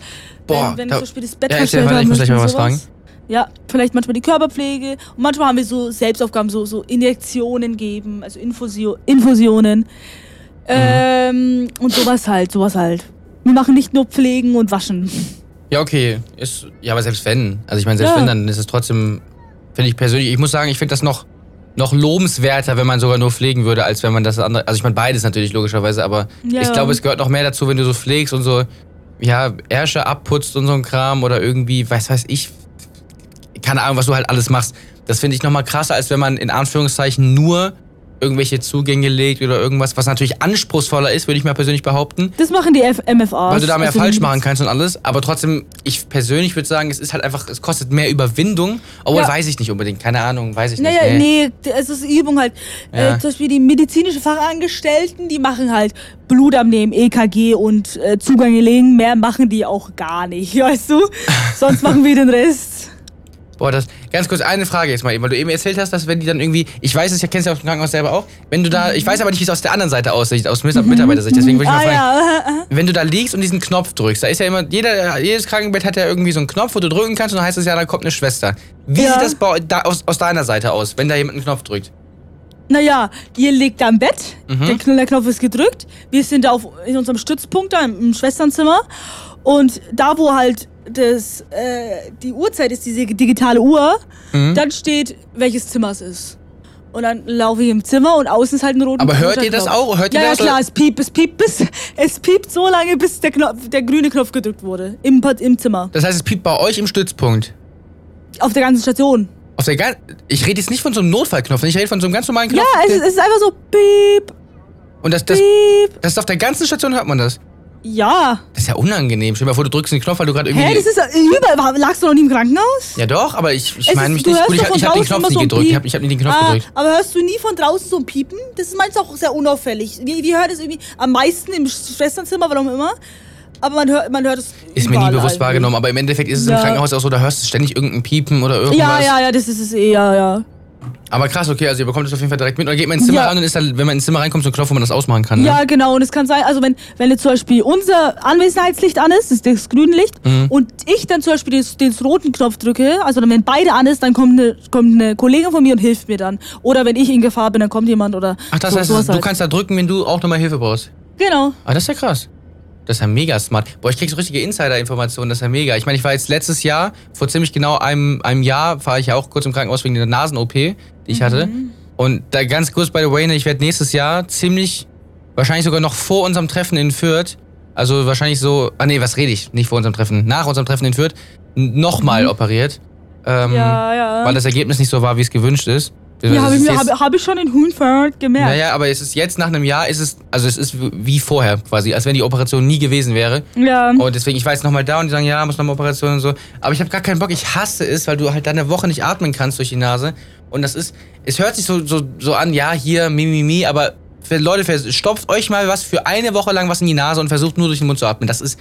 [SPEAKER 1] Boah,
[SPEAKER 2] wenn wenn
[SPEAKER 1] da-
[SPEAKER 2] zum Beispiel das Bett
[SPEAKER 1] Ja, erzähl
[SPEAKER 2] verstellt
[SPEAKER 1] weiter,
[SPEAKER 2] haben,
[SPEAKER 1] ich muss
[SPEAKER 2] möchten,
[SPEAKER 1] gleich mal was
[SPEAKER 2] sowas. Ja, vielleicht manchmal die Körperpflege. Und manchmal haben wir so Selbstaufgaben, so, so Injektionen geben, also Infusio Infusionen. Ähm, und sowas halt, sowas halt. Wir machen nicht nur Pflegen und Waschen.
[SPEAKER 1] Ja, okay. Ist, ja, aber selbst wenn. Also ich meine, selbst
[SPEAKER 2] Ja.
[SPEAKER 1] wenn, dann ist es trotzdem, finde ich persönlich, ich muss sagen, ich finde das noch, noch lobenswerter, wenn man sogar nur pflegen würde, als wenn man das andere. Also ich meine, beides natürlich logischerweise, aber
[SPEAKER 2] Ja.
[SPEAKER 1] ich glaube, es gehört noch mehr dazu, wenn du so pflegst und so, ja, Ärsche abputzt und so ein Kram oder irgendwie, weiß weiß ich, keine Ahnung, was du halt alles machst. Das finde ich nochmal krasser, als wenn man in Anführungszeichen nur irgendwelche Zugänge legt oder irgendwas, was natürlich anspruchsvoller ist, würde ich mal persönlich behaupten.
[SPEAKER 2] Das machen die F MFAs.
[SPEAKER 1] Weil du da mehr
[SPEAKER 2] Also
[SPEAKER 1] falsch
[SPEAKER 2] die-
[SPEAKER 1] machen kannst und alles. Aber trotzdem, ich persönlich würde sagen, es ist halt einfach, es kostet mehr Überwindung. Obwohl,
[SPEAKER 2] Ja.
[SPEAKER 1] weiß ich nicht unbedingt. Keine Ahnung, weiß ich
[SPEAKER 2] Naja,
[SPEAKER 1] nicht. Nee.
[SPEAKER 2] nee, d- es ist Übung halt.
[SPEAKER 1] Ja.
[SPEAKER 2] Äh, zum Beispiel die medizinischen Fachangestellten, die machen halt Blut abnehmen, EKG und äh, Zugänge legen. Mehr machen die auch gar nicht, (laughs) weißt du? Sonst machen wir den Rest.
[SPEAKER 1] Boah, das. Ganz kurz eine Frage jetzt mal eben, weil du eben erzählt hast, dass wenn die dann irgendwie, ich weiß es ja, kennst du ja aus dem Krankenhaus selber auch, wenn du da, ich weiß aber nicht, wie es aus der anderen Seite aussieht, aus Mis- Mitarbeitersicht, deswegen würde ich mal
[SPEAKER 2] Mhm. Ah
[SPEAKER 1] fragen,
[SPEAKER 2] ja,
[SPEAKER 1] wenn du da liegst und diesen Knopf drückst, da ist ja immer, jeder, jedes Krankenbett hat ja irgendwie so einen Knopf, wo du drücken kannst und dann heißt es ja, da kommt eine Schwester. Wie
[SPEAKER 2] Ja.
[SPEAKER 1] sieht das bei, da, aus, aus deiner Seite aus, wenn da jemand einen Knopf drückt?
[SPEAKER 2] Naja, ihr liegt am Bett,
[SPEAKER 1] Mhm.
[SPEAKER 2] der Knullerknopf ist gedrückt. Wir sind da auf, in unserem Stützpunkt da im, im Schwesternzimmer. Und da, wo halt das, äh, die Uhrzeit ist, diese digitale Uhr,
[SPEAKER 1] Mhm.
[SPEAKER 2] dann steht, welches Zimmer es ist. Und dann laufe ich im Zimmer und außen ist halt ein roter
[SPEAKER 1] Aber hört
[SPEAKER 2] roter
[SPEAKER 1] ihr das
[SPEAKER 2] Knopf.
[SPEAKER 1] auch? Hört ihr
[SPEAKER 2] ja,
[SPEAKER 1] das?
[SPEAKER 2] Ja, klar, es piept, es piept, bis, es piept so lange, bis der, Knopf, der grüne Knopf gedrückt wurde. Im, Pod- Im Zimmer.
[SPEAKER 1] Das heißt, es piept bei euch im Stützpunkt.
[SPEAKER 2] Auf der ganzen Station.
[SPEAKER 1] Auf der gan ich rede jetzt nicht von so einem Notfallknopf, ich rede von so einem ganz normalen
[SPEAKER 2] Ja,
[SPEAKER 1] Knopf.
[SPEAKER 2] es, ist- es ist einfach so piep,
[SPEAKER 1] und das, das,
[SPEAKER 2] piep.
[SPEAKER 1] das ist auf der ganzen Station hört man das.
[SPEAKER 2] Ja.
[SPEAKER 1] Das ist ja unangenehm. Stell dir mal vor, du drückst den Knopf, weil du gerade irgendwie.
[SPEAKER 2] Hä, das ist ja überall. War- Lagst du noch nie im Krankenhaus?
[SPEAKER 1] ja doch, aber ich, ich
[SPEAKER 2] Es
[SPEAKER 1] meine
[SPEAKER 2] ist-
[SPEAKER 1] mich
[SPEAKER 2] du
[SPEAKER 1] nicht
[SPEAKER 2] hörst
[SPEAKER 1] gut. Ich,
[SPEAKER 2] doch
[SPEAKER 1] hab-
[SPEAKER 2] von
[SPEAKER 1] ich habe den
[SPEAKER 2] draußen
[SPEAKER 1] Knopf
[SPEAKER 2] immer
[SPEAKER 1] nie
[SPEAKER 2] so ein
[SPEAKER 1] gedrückt. Ich
[SPEAKER 2] Piep.
[SPEAKER 1] habe ich hab nie den Knopf
[SPEAKER 2] Ah,
[SPEAKER 1] gedrückt.
[SPEAKER 2] aber hörst du nie von draußen so ein Piepen? Das ist meistens auch sehr unauffällig. Wir, wir hören es irgendwie am meisten im Schwesternzimmer, warum immer. Aber man hört, man hört es.
[SPEAKER 1] Ist mir nie
[SPEAKER 2] überall halt.
[SPEAKER 1] bewusst
[SPEAKER 2] eigentlich.
[SPEAKER 1] wahrgenommen, aber im Endeffekt ist es im
[SPEAKER 2] Ja.
[SPEAKER 1] Krankenhaus auch so, da hörst du ständig irgendein Piepen oder irgendwas.
[SPEAKER 2] Ja, ja, ja, das ist es eh, ja, ja.
[SPEAKER 1] Aber krass, okay, also ihr bekommt es auf jeden Fall direkt mit. Oder geht man ins Zimmer
[SPEAKER 2] Ja.
[SPEAKER 1] rein und ist dann, wenn man ins Zimmer reinkommt, so ein Knopf, wo man das ausmachen kann. Ne?
[SPEAKER 2] Ja, genau. Und es kann sein, also wenn, wenn jetzt zum Beispiel unser Anwesenheitslicht an ist, das ist das grüne Licht,
[SPEAKER 1] Mhm.
[SPEAKER 2] und ich dann zum Beispiel den, den roten Knopf drücke, also dann, wenn beide an ist, dann kommt eine, kommt eine Kollegin von mir und hilft mir dann. Oder wenn ich in Gefahr bin, dann kommt jemand oder.
[SPEAKER 1] Ach, das
[SPEAKER 2] so-
[SPEAKER 1] heißt,
[SPEAKER 2] sowas
[SPEAKER 1] du
[SPEAKER 2] halt.
[SPEAKER 1] kannst da drücken, wenn du auch nochmal Hilfe brauchst.
[SPEAKER 2] Genau.
[SPEAKER 1] Ah, das ist ja krass. Das ist ja mega smart. Boah, ich krieg so richtige Insider-Informationen, das ist ja mega. Ich meine, ich war jetzt letztes Jahr, vor ziemlich genau einem, einem Jahr, war ich ja auch kurz im Krankenhaus wegen der Nasen-OP, die ich hatte.
[SPEAKER 2] Mhm.
[SPEAKER 1] Und da ganz kurz, by the way, ne, ich werde nächstes Jahr ziemlich, wahrscheinlich sogar noch vor unserem Treffen in Fürth, also wahrscheinlich so, ah nee, was rede ich? Nicht vor unserem Treffen, nach unserem Treffen in Fürth, nochmal operiert. Ähm,
[SPEAKER 2] Mhm. Ja, ja.
[SPEAKER 1] Weil das Ergebnis nicht so war, wie es gewünscht ist.
[SPEAKER 2] Ja,
[SPEAKER 1] Das
[SPEAKER 2] habe ich,
[SPEAKER 1] ist
[SPEAKER 2] mir-
[SPEAKER 1] jetzt-
[SPEAKER 2] hab, hab ich schon in Hunford gemerkt.
[SPEAKER 1] naja, aber es ist jetzt nach einem Jahr, ist es, also es ist wie vorher quasi, als wenn die Operation nie gewesen wäre.
[SPEAKER 2] Ja.
[SPEAKER 1] Und deswegen, ich war jetzt nochmal da und die sagen, ja, muss nochmal Operation und so. Aber ich habe gar keinen Bock, ich hasse es, weil du halt dann eine Woche nicht atmen kannst durch die Nase. Und das ist, es hört sich so, so, so an, ja, hier, mi, mi, mi, aber Leute, vers- stopft euch mal was für eine Woche lang was in die Nase und versucht nur durch den Mund zu atmen. Das ist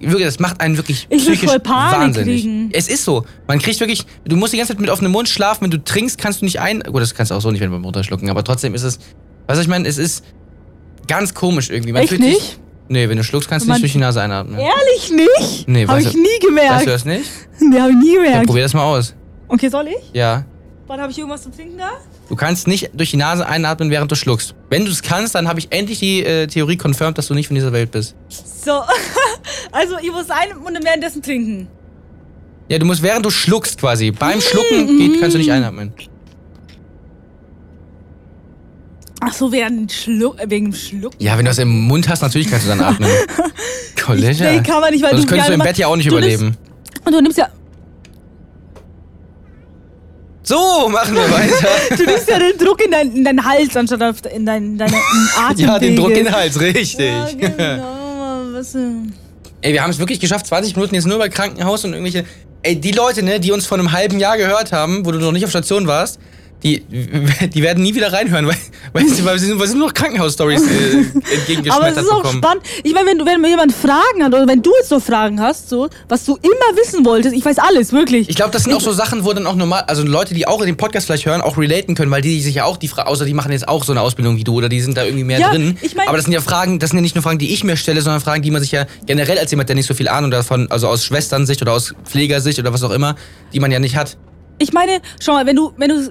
[SPEAKER 1] wirklich, das macht einen wirklich
[SPEAKER 2] Ich will
[SPEAKER 1] psychisch
[SPEAKER 2] voll Panik
[SPEAKER 1] wahnsinnig.
[SPEAKER 2] kriegen.
[SPEAKER 1] Es ist so. Man kriegt wirklich, du musst die ganze Zeit mit offenem Mund schlafen. Wenn du trinkst, kannst du nicht ein. Gut, das kannst du auch so nicht, wenn du beim runterschlucken. Aber trotzdem ist es, weißt du, ich meine, es ist ganz komisch irgendwie. Man
[SPEAKER 2] Echt
[SPEAKER 1] fühlt Sich,
[SPEAKER 2] nicht?
[SPEAKER 1] nee, wenn du schluckst, kannst du
[SPEAKER 2] Man-
[SPEAKER 1] nicht durch die Nase einatmen.
[SPEAKER 2] Ehrlich nicht?
[SPEAKER 1] Nee,
[SPEAKER 2] Habe
[SPEAKER 1] weißt
[SPEAKER 2] ich
[SPEAKER 1] du-
[SPEAKER 2] nie
[SPEAKER 1] Weißt du
[SPEAKER 2] gemerkt.
[SPEAKER 1] das nicht?
[SPEAKER 2] Nee, habe ich nie
[SPEAKER 1] Ja,
[SPEAKER 2] gemerkt.
[SPEAKER 1] probier das mal aus.
[SPEAKER 2] Okay, soll ich?
[SPEAKER 1] Ja.
[SPEAKER 2] Warte, habe ich irgendwas zu trinken da?
[SPEAKER 1] Du kannst nicht durch die Nase einatmen, während du schluckst. Wenn du es kannst, dann habe ich endlich die äh, Theorie confirmed, dass du nicht von dieser Welt bist.
[SPEAKER 2] So. (laughs) also, ihr müsst einen und währenddessen trinken.
[SPEAKER 1] Ja, du musst während du schluckst quasi. Beim Schlucken geht, kannst du nicht einatmen.
[SPEAKER 2] Ach so, während Schluck, wegen dem Schluck.
[SPEAKER 1] Ja, wenn du das im Mund hast, natürlich kannst du dann
[SPEAKER 2] (laughs)
[SPEAKER 1] atmen.
[SPEAKER 2] Nee,
[SPEAKER 1] Kollege.
[SPEAKER 2] kann man nicht, weil
[SPEAKER 1] Sonst
[SPEAKER 2] du
[SPEAKER 1] könntest du im
[SPEAKER 2] gerne
[SPEAKER 1] Bett ja auch nicht
[SPEAKER 2] du
[SPEAKER 1] überleben.
[SPEAKER 2] Nimmst, und du nimmst ja,
[SPEAKER 1] So, machen wir
[SPEAKER 2] (laughs)
[SPEAKER 1] weiter.
[SPEAKER 2] du nimmst ja den Druck in, dein, in deinen Hals, anstatt auf de- in dein, deine in Atemwege.
[SPEAKER 1] (laughs) ja, den Druck in den Hals, richtig.
[SPEAKER 2] Ja, genau, Mann, was denn?
[SPEAKER 1] Ey, wir haben es wirklich geschafft, 20 Minuten jetzt nur über Krankenhaus und irgendwelche. Ey, die Leute, ne, die uns vor einem halben Jahr gehört haben, wo du noch nicht auf Station warst, die, (laughs) die werden nie wieder reinhören, weil, weil, sie, weil, sie, weil sie nur noch Krankenhaus-Stories
[SPEAKER 2] (laughs)
[SPEAKER 1] äh, entgegengeschmettert
[SPEAKER 2] Aber es ist auch
[SPEAKER 1] bekommen.
[SPEAKER 2] spannend. Ich meine, wenn, du- wenn jemand Fragen hat oder wenn du jetzt so Fragen hast, so, was du immer wissen wolltest, ich weiß alles, wirklich.
[SPEAKER 1] Ich glaube, das sind auch so Sachen, wo dann auch normal, also Leute, die auch in dem Podcast vielleicht hören, auch relaten können, weil die sich ja auch die Frage, außer die machen jetzt auch so eine Ausbildung wie du oder die sind da irgendwie mehr
[SPEAKER 2] Ja,
[SPEAKER 1] drin.
[SPEAKER 2] ich mein-
[SPEAKER 1] Aber das sind ja Fragen, das sind ja nicht nur Fragen, die ich mir stelle, sondern Fragen, die man sich ja generell als jemand, der nicht so viel Ahnung davon, also aus Schwesternsicht oder aus Pflegersicht oder was auch immer, die man ja nicht hat.
[SPEAKER 2] Ich meine, schau mal, wenn du, wenn du,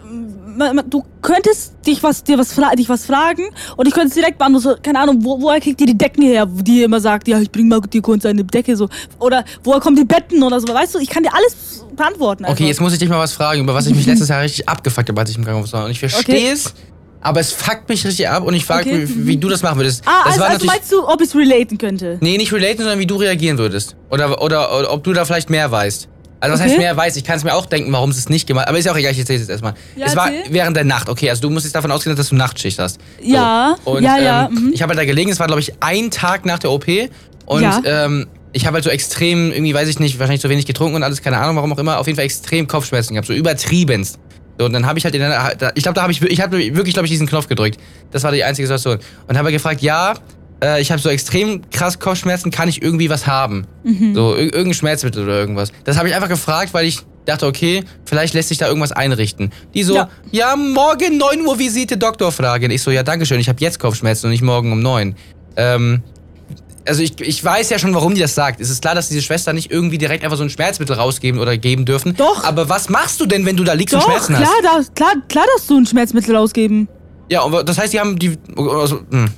[SPEAKER 2] ma- ma- du könntest dich was, dir was, fra- dich was fragen und ich könnte es direkt beantworten. So, Keine Ahnung, wo, woher kriegt ihr die Decken her, die ihr immer sagt, ja, ich bring mal dir kurz eine Decke so. Oder woher kommen die Betten oder so. Weißt du, ich kann dir alles beantworten. Einfach.
[SPEAKER 1] Okay, jetzt muss ich dich mal was fragen, über was
[SPEAKER 2] (laughs)
[SPEAKER 1] ich mich letztes Jahr richtig abgefuckt habe, als ich im Krankenhaus war. Und ich verstehe es, aber es fuckt mich richtig ab und ich frage
[SPEAKER 2] Okay.
[SPEAKER 1] mich, wie du das machen würdest.
[SPEAKER 2] Ah,
[SPEAKER 1] das
[SPEAKER 2] also,
[SPEAKER 1] war
[SPEAKER 2] also
[SPEAKER 1] natürlich.
[SPEAKER 2] meinst du, ob ich es relaten könnte?
[SPEAKER 1] Nee, nicht relaten, sondern wie du reagieren würdest. Oder, oder, oder ob du da vielleicht mehr weißt. Also was
[SPEAKER 2] Okay.
[SPEAKER 1] heißt mehr weiß? Ich kann es mir auch denken, warum sie es nicht gemacht Aber ist ja auch egal, ich erzähle es jetzt erstmal.
[SPEAKER 2] Ja,
[SPEAKER 1] es war
[SPEAKER 2] erzähl.
[SPEAKER 1] während der Nacht. Okay, also du musst jetzt davon ausgehen, dass du Nachtschicht hast.
[SPEAKER 2] Ja,
[SPEAKER 1] Und,
[SPEAKER 2] ja,
[SPEAKER 1] ähm,
[SPEAKER 2] ja, mhm.
[SPEAKER 1] Ich habe halt da gelegen, es war glaube ich ein Tag nach der OP. Und
[SPEAKER 2] Ja.
[SPEAKER 1] ähm, ich habe halt so extrem, irgendwie weiß ich nicht, wahrscheinlich zu wenig getrunken und alles, keine Ahnung, warum auch immer. Auf jeden Fall extrem Kopfschmerzen gehabt, so übertriebenst. So, und dann habe ich halt in der, da- ich glaube, da habe ich, wir- ich habe wirklich, glaube ich, diesen Knopf gedrückt. Das war die einzige Situation. Und habe gefragt, ja, äh, ich habe so extrem krass Kopfschmerzen, kann ich irgendwie was haben? So, ir irgendein Schmerzmittel oder irgendwas. Das habe ich einfach gefragt, weil ich dachte, okay, vielleicht lässt sich da irgendwas einrichten. Die so, ja,
[SPEAKER 2] Ja.
[SPEAKER 1] morgen 9 Uhr Visite, Doktorfrage. Und ich so, ja, dankeschön, ich habe jetzt Kopfschmerzen und nicht morgen um 9. Ähm, also ich, ich weiß ja schon, warum die das sagt. Es ist klar, dass diese Schwester nicht irgendwie direkt einfach so ein Schmerzmittel rausgeben oder geben dürfen.
[SPEAKER 2] Doch.
[SPEAKER 1] Aber was machst du denn, wenn du da liegst und
[SPEAKER 2] Doch,
[SPEAKER 1] Schmerzen
[SPEAKER 2] klar,
[SPEAKER 1] hast?
[SPEAKER 2] das, klar, klar, dass du ein Schmerzmittel ausgeben.
[SPEAKER 1] Ja, und das heißt, die haben die. Also, hm.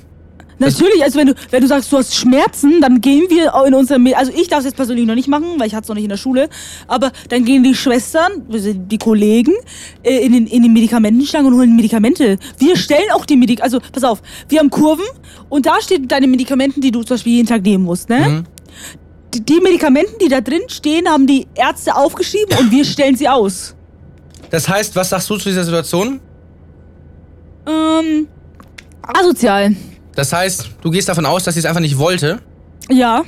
[SPEAKER 2] Natürlich, also wenn du, wenn du sagst, du hast Schmerzen, dann gehen wir auch in unserem, Me- also ich darf es jetzt persönlich noch nicht machen, weil ich hatte es noch nicht in der Schule, aber dann gehen die Schwestern, also die Kollegen, äh, in den, in den Medikamentenschlangen und holen Medikamente. Wir stellen auch die Medik, also pass auf, wir haben Kurven und da steht deine Medikamenten, die du zum Beispiel jeden Tag nehmen musst, ne? Die, die Medikamenten, die da drin stehen, haben die Ärzte aufgeschrieben und wir stellen sie aus.
[SPEAKER 1] Das heißt, was sagst du zu dieser Situation?
[SPEAKER 2] Ähm, asozial.
[SPEAKER 1] Das heißt, du gehst davon aus, dass sie es einfach nicht wollte.
[SPEAKER 2] Ja.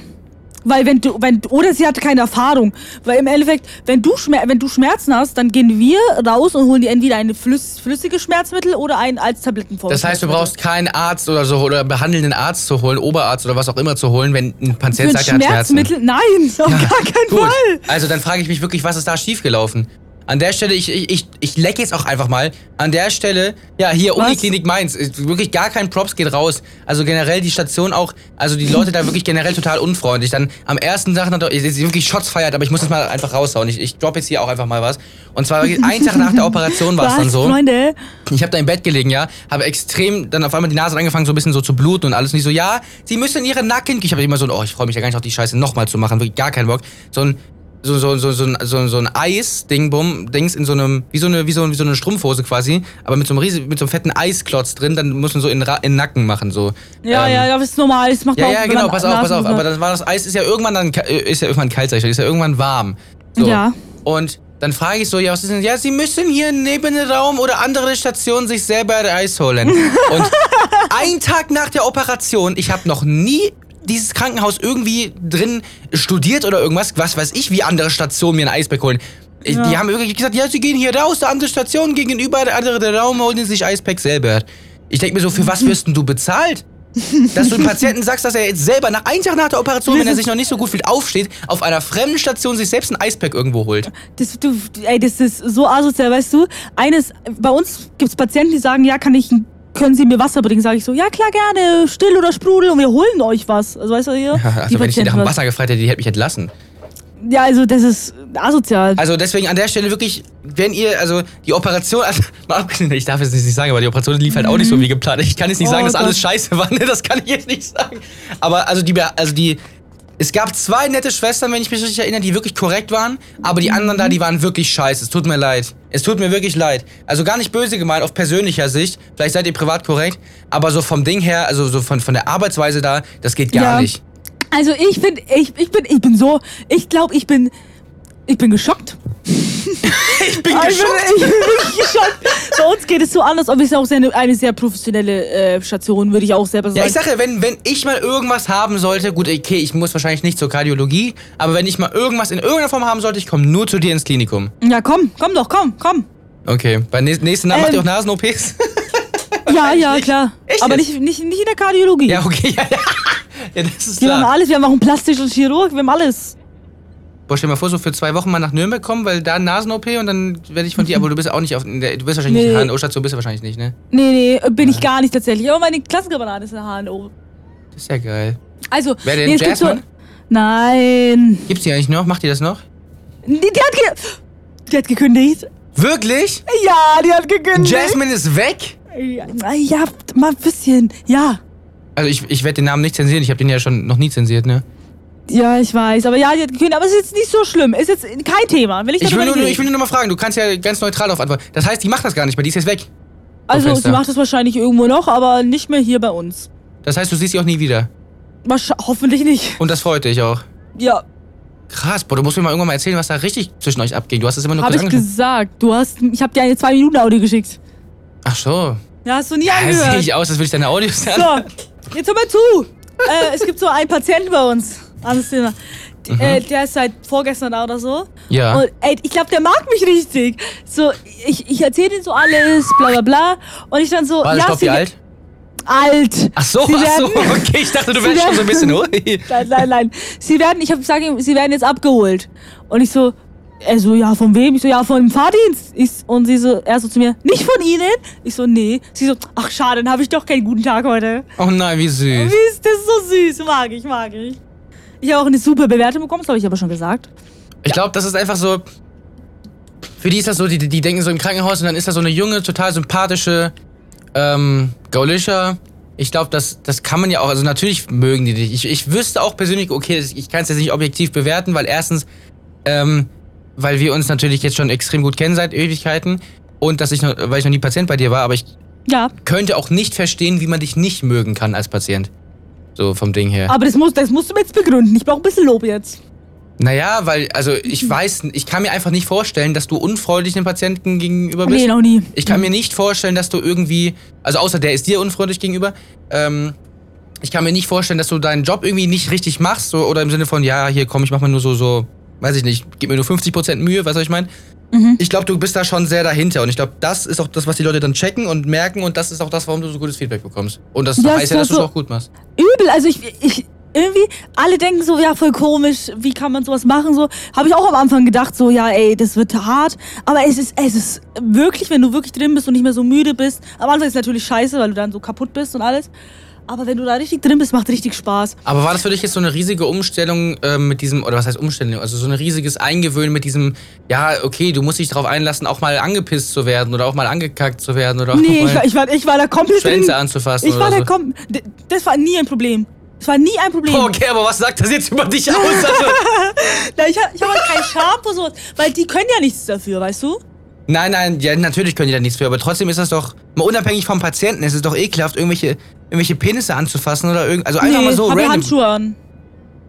[SPEAKER 2] Weil wenn du, wenn, oder sie hatte keine Erfahrung. Weil im Endeffekt, wenn du, Schmer wenn du Schmerzen hast, dann gehen wir raus und holen dir entweder ein flüss flüssiges Schmerzmittel oder ein als Tablettenform.
[SPEAKER 1] Das heißt, du brauchst keinen Arzt oder so oder behandelnden Arzt zu holen, Oberarzt oder was auch immer zu holen, wenn ein
[SPEAKER 2] für
[SPEAKER 1] Patient
[SPEAKER 2] ein
[SPEAKER 1] sagt, er hat Schmerzen.
[SPEAKER 2] Schmerzmittel. Nein, auf gar keinen
[SPEAKER 1] Gut.
[SPEAKER 2] Fall.
[SPEAKER 1] Also dann frage ich mich wirklich, was ist da schiefgelaufen? An der Stelle, ich, ich, ich, ich leck jetzt auch einfach mal. An der Stelle, ja, hier
[SPEAKER 2] Was?
[SPEAKER 1] Uniklinik Mainz. ist Wirklich gar kein Props geht raus. Also generell die Station auch, also die Leute
[SPEAKER 2] (laughs)
[SPEAKER 1] da wirklich generell total unfreundlich. Dann am ersten Tag, nach der, jetzt wirklich Shots feiert, aber ich muss das mal einfach raushauen. Ich, ich drop jetzt hier auch einfach mal was. Und zwar wirklich einen Tag nach der Operation war es dann so.
[SPEAKER 2] Freunde?
[SPEAKER 1] Ich habe da im Bett gelegen, ja, habe extrem dann auf einmal die Nase hat angefangen so ein bisschen so zu bluten und alles. Und ich so, ja, sie müssen ihre Nacken. Ich habe immer so, ein, oh, ich freue mich ja gar nicht auf die Scheiße nochmal zu machen, wirklich gar keinen Bock. So ein so so so so ein- so, ein- so ein Eis Ding bum Dings in so einem wie so eine wie so, wie so eine Strumpfhose quasi, aber mit so einem riesen, mit so einem fetten Eisklotz drin, dann muss man so in, Ra- in den Nacken machen so.
[SPEAKER 2] Ja,
[SPEAKER 1] Ähm,
[SPEAKER 2] ja, ja, das ist normal. Das macht
[SPEAKER 1] ja,
[SPEAKER 2] man
[SPEAKER 1] ja,
[SPEAKER 2] auch,
[SPEAKER 1] genau,
[SPEAKER 2] wenn
[SPEAKER 1] pass
[SPEAKER 2] man
[SPEAKER 1] auf, pass auf.
[SPEAKER 2] Nasenbluten
[SPEAKER 1] Aber
[SPEAKER 2] hat.
[SPEAKER 1] das war das Eis ist ja irgendwann dann ka- äh, ist ja irgendwann kalt, sag ich schon, ist ja irgendwann warm. So.
[SPEAKER 2] Ja.
[SPEAKER 1] Und dann frage ich so, ja, was ist denn? Ja, sie müssen hier im Nebenraum oder andere Stationen sich selber Eis
[SPEAKER 2] (laughs)
[SPEAKER 1] holen. Und ein Tag nach der Operation, ich habe noch nie dieses Krankenhaus irgendwie drin studiert oder irgendwas, was weiß ich, wie andere Stationen mir ein Eisberg holen. Ich- Die
[SPEAKER 2] Ja.
[SPEAKER 1] haben wirklich gesagt, ja, sie gehen hier raus, eine andere Station gegenüber, der andere Raum holen sich Eispack selber. Ich denke mir so, für
[SPEAKER 2] (laughs)
[SPEAKER 1] was wirst denn du bezahlt? Dass du dem Patienten sagst, dass er jetzt selber nach einem Tag nach der Operation, wenn er sich noch nicht so gut fühlt, aufsteht, auf einer fremden Station sich selbst ein Eispack irgendwo holt.
[SPEAKER 2] Das, du, ey, das ist so asozial, weißt du? Eines, bei uns gibt's Patienten, die sagen, ja, kann ich, können Sie mir Wasser bringen? Sage ich so, ja klar, gerne, still oder Sprudel und wir holen euch was. Also weißt du hier?
[SPEAKER 1] (laughs) Also, wenn ich die nach dem
[SPEAKER 2] Patienten-
[SPEAKER 1] Wasser gefragt hätte, die hätte mich entlassen.
[SPEAKER 2] Ja, also das ist asozial.
[SPEAKER 1] Also deswegen an der Stelle wirklich, wenn ihr, also die Operation, also, (laughs) mal abgesehen, ich darf es nicht sagen, aber die Operation lief halt auch nicht so wie geplant. Ich kann jetzt nicht
[SPEAKER 2] Oh
[SPEAKER 1] sagen, dass
[SPEAKER 2] Gott.
[SPEAKER 1] alles scheiße war, ne? das kann ich jetzt nicht sagen. Aber also die, also die, es gab zwei nette Schwestern, wenn ich mich richtig erinnere, die wirklich korrekt waren, aber die anderen da, die waren wirklich scheiße. Es tut mir leid. Es tut mir wirklich leid. Also gar nicht böse gemeint, auf persönlicher Sicht. Vielleicht seid ihr privat korrekt, aber so vom Ding her, also so von, von der Arbeitsweise da, das geht gar
[SPEAKER 2] Ja.
[SPEAKER 1] nicht.
[SPEAKER 2] Also ich bin, ich, ich bin, ich bin so, ich glaube, ich bin, ich bin geschockt. Also
[SPEAKER 1] Ich bin
[SPEAKER 2] Ich bin, ich bin wirklich (laughs) geschockt. Bei uns geht es so anders, aber es ist auch sehr, eine sehr professionelle äh, Station, würde ich auch selber
[SPEAKER 1] Ja,
[SPEAKER 2] sagen.
[SPEAKER 1] ich sag ja, wenn, wenn ich mal irgendwas haben sollte, gut, okay, ich muss wahrscheinlich nicht zur Kardiologie, aber wenn ich mal irgendwas in irgendeiner Form haben sollte, ich komme nur zu dir ins Klinikum.
[SPEAKER 2] ja, komm, komm doch, komm, komm.
[SPEAKER 1] Okay, bei nä nächsten Mal macht ihr
[SPEAKER 2] Ähm.
[SPEAKER 1] auch
[SPEAKER 2] (laughs)
[SPEAKER 1] Nasen-OPs?
[SPEAKER 2] Ja, ja,
[SPEAKER 1] nicht.
[SPEAKER 2] klar.
[SPEAKER 1] Echt
[SPEAKER 2] aber
[SPEAKER 1] jetzt?
[SPEAKER 2] nicht, nicht, nicht in der Kardiologie.
[SPEAKER 1] ja, okay, ja, (laughs) ja. Ja, das ist
[SPEAKER 2] Wir haben
[SPEAKER 1] klar.
[SPEAKER 2] alles, wir haben auch einen plastischen Chirurg, wir haben alles.
[SPEAKER 1] Boah, stell dir mal vor, so für zwei Wochen mal nach Nürnberg kommen, weil da Nasen-OP und dann werde ich von
[SPEAKER 2] (laughs)
[SPEAKER 1] dir, aber du bist auch nicht auf, in der- du bist wahrscheinlich
[SPEAKER 2] Nee.
[SPEAKER 1] nicht in der HNO-Station, bist du wahrscheinlich nicht, ne?
[SPEAKER 2] Nee, nee, bin ich gar nicht tatsächlich. Aber meine Klassenkameradin ist eine HNO.
[SPEAKER 1] Das ist ja geil.
[SPEAKER 2] Also,
[SPEAKER 1] Wer denn,
[SPEAKER 2] nee, es gibt so.
[SPEAKER 1] Jasmine?
[SPEAKER 2] Nein.
[SPEAKER 1] Gibt's die eigentlich noch? Macht ihr das noch?
[SPEAKER 2] Die, die, hat ge die hat gekündigt.
[SPEAKER 1] Wirklich?
[SPEAKER 2] Ja, die hat gekündigt.
[SPEAKER 1] Jasmine ist weg?
[SPEAKER 2] Ja, ja, mal ein bisschen. Ja.
[SPEAKER 1] Also ich, ich werde den Namen nicht zensieren, ich habe den ja schon noch nie zensiert, ne?
[SPEAKER 2] Ja, ich weiß. Aber ja, die hat gekündigt. Aber es ist jetzt nicht so schlimm. Ist jetzt kein Thema. Will ich,
[SPEAKER 1] Ich
[SPEAKER 2] darüber
[SPEAKER 1] will, nur,
[SPEAKER 2] nicht
[SPEAKER 1] ich will nur noch mal fragen, du kannst ja ganz neutral darauf antworten. Das heißt, die macht das gar nicht mehr, die ist jetzt weg.
[SPEAKER 2] reden. Also,
[SPEAKER 1] Fenster.
[SPEAKER 2] sie macht das wahrscheinlich irgendwo noch, aber nicht mehr hier bei uns.
[SPEAKER 1] Das heißt, du siehst sie auch nie wieder.
[SPEAKER 2] Wahrsch hoffentlich nicht.
[SPEAKER 1] Und das freut dich auch.
[SPEAKER 2] Ja,
[SPEAKER 1] Krass, boah, du musst mir mal irgendwann mal erzählen, was da richtig zwischen euch abging. Du hast es immer nur
[SPEAKER 2] habe
[SPEAKER 1] kurz
[SPEAKER 2] ich
[SPEAKER 1] angesprochen.
[SPEAKER 2] gesagt. Du hast, ich habe dir eine 2-Minuten-Audio geschickt.
[SPEAKER 1] Ach so.
[SPEAKER 2] Ja, hast du nie
[SPEAKER 1] Das sehe
[SPEAKER 2] angehört.
[SPEAKER 1] ich aus, das will ich deine Audios hören.
[SPEAKER 2] So, jetzt hör mal zu. äh, es gibt so einen Patienten bei uns, Anastina. D- Äh, der ist seit vorgestern da oder so.
[SPEAKER 1] Ja.
[SPEAKER 2] Und ey, ich glaube, der mag mich richtig. So, ich, ich erzähle ihm so alles, bla bla bla. Und ich dann so,
[SPEAKER 1] War das
[SPEAKER 2] ja,
[SPEAKER 1] Stopp,
[SPEAKER 2] sie-
[SPEAKER 1] wie alt?
[SPEAKER 2] Alt.
[SPEAKER 1] Ach so,
[SPEAKER 2] sie
[SPEAKER 1] ach so. (laughs)
[SPEAKER 2] werden-
[SPEAKER 1] Okay, ich dachte, du
[SPEAKER 2] Sie
[SPEAKER 1] wärst schon so ein
[SPEAKER 2] werden-
[SPEAKER 1] bisschen. Ui.
[SPEAKER 2] Nein, nein, nein. Sie werden, ich hab, sag ihm, sie werden jetzt abgeholt. Und ich so, er so, ja, von wem? Ich so, ja, von dem Fahrdienst. Ich, und sie so, er so zu mir, nicht von Ihnen? Ich so, nee. Sie so, ach schade, dann habe ich doch keinen guten Tag heute.
[SPEAKER 1] Oh nein, wie süß.
[SPEAKER 2] Wie ist das so süß? Mag ich, mag ich. Ich habe auch eine super Bewertung bekommen, das habe ich aber schon gesagt.
[SPEAKER 1] Ich glaube, das ist einfach so. Für die ist das so, die, die denken so im Krankenhaus und dann ist da so eine junge, total sympathische ähm, Gaulischer. Ich glaube, das, das kann man ja auch. Also natürlich mögen die dich. Ich, ich wüsste auch persönlich, okay, das- ich kann es jetzt nicht objektiv bewerten, weil erstens, ähm, weil wir uns natürlich jetzt schon extrem gut kennen seit Ewigkeiten und dass ich noch, weil ich noch nie Patient bei dir war, aber ich
[SPEAKER 2] Ja,
[SPEAKER 1] könnte auch nicht verstehen, wie man dich nicht mögen kann als Patient. So vom Ding her.
[SPEAKER 2] aber das, muss, das musst du mir jetzt begründen. Ich brauche ein bisschen Lob jetzt.
[SPEAKER 1] Naja, weil, also
[SPEAKER 2] Mhm.
[SPEAKER 1] ich weiß, ich kann mir einfach nicht vorstellen, dass du unfreundlich dem Patienten gegenüber bist.
[SPEAKER 2] nee, noch nie.
[SPEAKER 1] Ich kann mir nicht vorstellen, dass du irgendwie, also außer der ist dir unfreundlich gegenüber, ähm, ich kann mir nicht vorstellen, dass du deinen Job irgendwie nicht richtig machst so, oder im Sinne von, ja, hier komm, ich mach mal nur so, so, weiß ich nicht, gib mir nur 50% Mühe, weißt du, was ich meine?
[SPEAKER 2] Mhm.
[SPEAKER 1] Ich glaube, du bist da schon sehr dahinter und ich glaube, das ist auch das, was die Leute dann checken und merken und das ist auch das, warum du so gutes Feedback bekommst. Und das
[SPEAKER 2] Ja, es
[SPEAKER 1] heißt ja,
[SPEAKER 2] war
[SPEAKER 1] dass du es
[SPEAKER 2] so-
[SPEAKER 1] auch gut machst.
[SPEAKER 2] übel. Also ich, ich irgendwie, alle denken so, ja, voll komisch, wie kann man sowas machen? So, habe ich auch am Anfang gedacht, so, ja, ey, das wird hart. Aber es ist, es ist wirklich, wenn du wirklich drin bist und nicht mehr so müde bist. Am Anfang ist es natürlich scheiße, weil du dann so kaputt bist und alles. Aber wenn du da richtig drin bist, macht richtig Spaß.
[SPEAKER 1] Aber war das für dich jetzt so eine riesige Umstellung ähm, mit diesem, oder was heißt Umstellung? Also so ein riesiges Eingewöhnen mit diesem, ja, okay, du musst dich darauf einlassen, auch mal angepisst zu werden oder auch mal angekackt zu werden oder auch
[SPEAKER 2] Nee, ich
[SPEAKER 1] mal
[SPEAKER 2] war, ich war, ich war da komplett drin.
[SPEAKER 1] Schwänze anzufassen
[SPEAKER 2] Ich war
[SPEAKER 1] oder
[SPEAKER 2] da
[SPEAKER 1] so.
[SPEAKER 2] kom d- Das war nie ein Problem. Das war nie ein Problem.
[SPEAKER 1] Okay, aber was sagt das jetzt über
[SPEAKER 2] (laughs)
[SPEAKER 1] dich aus? Also,
[SPEAKER 2] Na, Ich habe ich hab halt keinen Charme oder sowas. Weil die können ja nichts dafür, weißt du?
[SPEAKER 1] nein, nein, ja, natürlich können die da nichts für, aber trotzdem ist das doch, mal unabhängig vom Patienten, ist es doch ekelhaft, irgendwelche, irgendwelche Penisse anzufassen oder irgend, also einfach
[SPEAKER 2] nee,
[SPEAKER 1] mal so
[SPEAKER 2] hab ja
[SPEAKER 1] random.
[SPEAKER 2] Handschuhe an.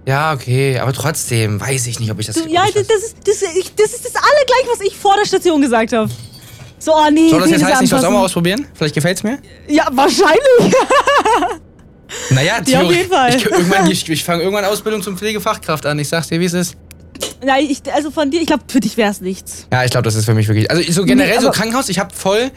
[SPEAKER 1] Ja, okay, aber trotzdem weiß ich nicht, ob ich das.
[SPEAKER 2] Du,
[SPEAKER 1] ob
[SPEAKER 2] ja,
[SPEAKER 1] ich
[SPEAKER 2] das, das, ist, das, ich, das ist das alle gleich, was ich vor der Station gesagt habe. So, oh nee,
[SPEAKER 1] soll das jetzt
[SPEAKER 2] Penis
[SPEAKER 1] heißen, ich soll es auch mal
[SPEAKER 2] anfassen.
[SPEAKER 1] ausprobieren? Vielleicht gefällt's mir?
[SPEAKER 2] Ja, wahrscheinlich. (laughs)
[SPEAKER 1] Naja,
[SPEAKER 2] Ja, auf
[SPEAKER 1] Theorie-
[SPEAKER 2] jeden Fall.
[SPEAKER 1] Ich, irgendwann- ich, ich fange irgendwann Ausbildung zum Pflegefachkraft an. Ich sag's dir, wie es ist.
[SPEAKER 2] Nein, ich, also von dir, ich glaube, für dich wäre es nichts.
[SPEAKER 1] Ja, ich glaube, das ist für mich wirklich. Also so generell
[SPEAKER 2] Nee,
[SPEAKER 1] so
[SPEAKER 2] aber-
[SPEAKER 1] Krankenhaus, ich habe voll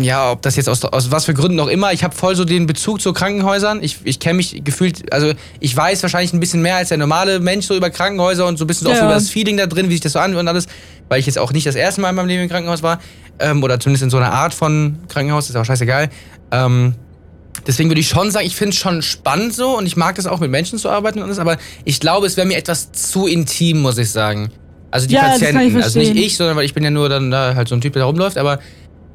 [SPEAKER 1] ja, ob das jetzt aus, aus was für Gründen auch immer, ich habe voll so den Bezug zu Krankenhäusern. Ich, ich kenne mich gefühlt, also ich weiß wahrscheinlich ein bisschen mehr als der normale Mensch so über Krankenhäuser und so ein bisschen so auch so
[SPEAKER 2] Ja.
[SPEAKER 1] über das Feeling da drin, wie sich das so anhört und alles, weil ich jetzt auch nicht das erste Mal in meinem Leben im Krankenhaus war. Ähm, oder zumindest in so einer Art von Krankenhaus, ist auch scheißegal. Ähm, Deswegen würde ich schon sagen, ich finde es schon spannend so und ich mag das auch mit Menschen zu arbeiten und alles, aber ich glaube, es wäre mir etwas zu intim, muss ich sagen. Also die
[SPEAKER 2] Ja, das kann ich
[SPEAKER 1] Patienten, also nicht
[SPEAKER 2] verstehen.
[SPEAKER 1] ich, sondern weil ich bin ja nur dann da halt so ein Typ, der da rumläuft, aber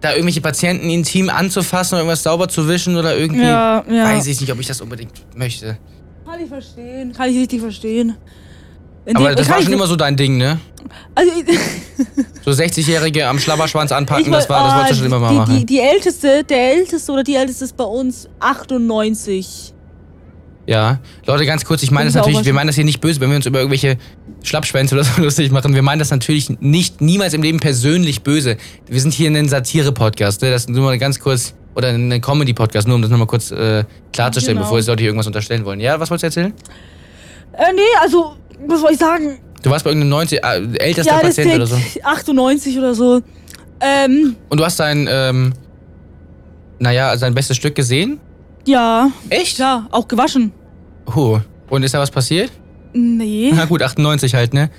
[SPEAKER 1] da irgendwelche Patienten intim anzufassen oder irgendwas sauber zu wischen oder irgendwie,
[SPEAKER 2] Ja, ja.
[SPEAKER 1] Hm. weiß ich nicht, ob ich das unbedingt möchte.
[SPEAKER 2] Kann ich verstehen, kann ich richtig verstehen. In
[SPEAKER 1] Aber
[SPEAKER 2] dem-
[SPEAKER 1] das
[SPEAKER 2] kann
[SPEAKER 1] war
[SPEAKER 2] ich-
[SPEAKER 1] schon immer so dein Ding, ne?
[SPEAKER 2] Also, ich-
[SPEAKER 1] So 60-Jährige am Schlabberschwanz anpacken,
[SPEAKER 2] (laughs) Ich
[SPEAKER 1] das war, das
[SPEAKER 2] wollt- ah,
[SPEAKER 1] wolltest du schon immer mal
[SPEAKER 2] die,
[SPEAKER 1] machen.
[SPEAKER 2] Die, die älteste, der älteste oder die älteste ist bei uns 98.
[SPEAKER 1] Ja, Leute, ganz kurz, ich meine
[SPEAKER 2] Bin
[SPEAKER 1] das
[SPEAKER 2] ich auch
[SPEAKER 1] natürlich,
[SPEAKER 2] was-
[SPEAKER 1] wir meinen das hier nicht böse, wenn wir uns über irgendwelche Schlappschwänze oder so (laughs) lustig machen. Wir meinen das natürlich nicht, niemals im Leben persönlich böse. Wir sind hier ein Satire-Podcast, ne? das nur mal ganz kurz, oder ein Comedy-Podcast, nur um das nochmal kurz äh, klarzustellen,
[SPEAKER 2] Genau.
[SPEAKER 1] bevor jetzt Leute hier irgendwas unterstellen wollen. Ja, was wolltest du erzählen?
[SPEAKER 2] Äh, nee, also, was soll ich sagen?
[SPEAKER 1] Du warst bei irgendeinem 90, äh, ältester
[SPEAKER 2] ja, das
[SPEAKER 1] Patient
[SPEAKER 2] ist
[SPEAKER 1] oder so.
[SPEAKER 2] 98 oder so. Ähm,
[SPEAKER 1] Und du hast dein, ähm, naja, sein bestes Stück gesehen?
[SPEAKER 2] ja,
[SPEAKER 1] Echt?
[SPEAKER 2] klar, auch gewaschen.
[SPEAKER 1] Oh. Und ist da was passiert?
[SPEAKER 2] Nee.
[SPEAKER 1] Na gut, 98 halt, ne?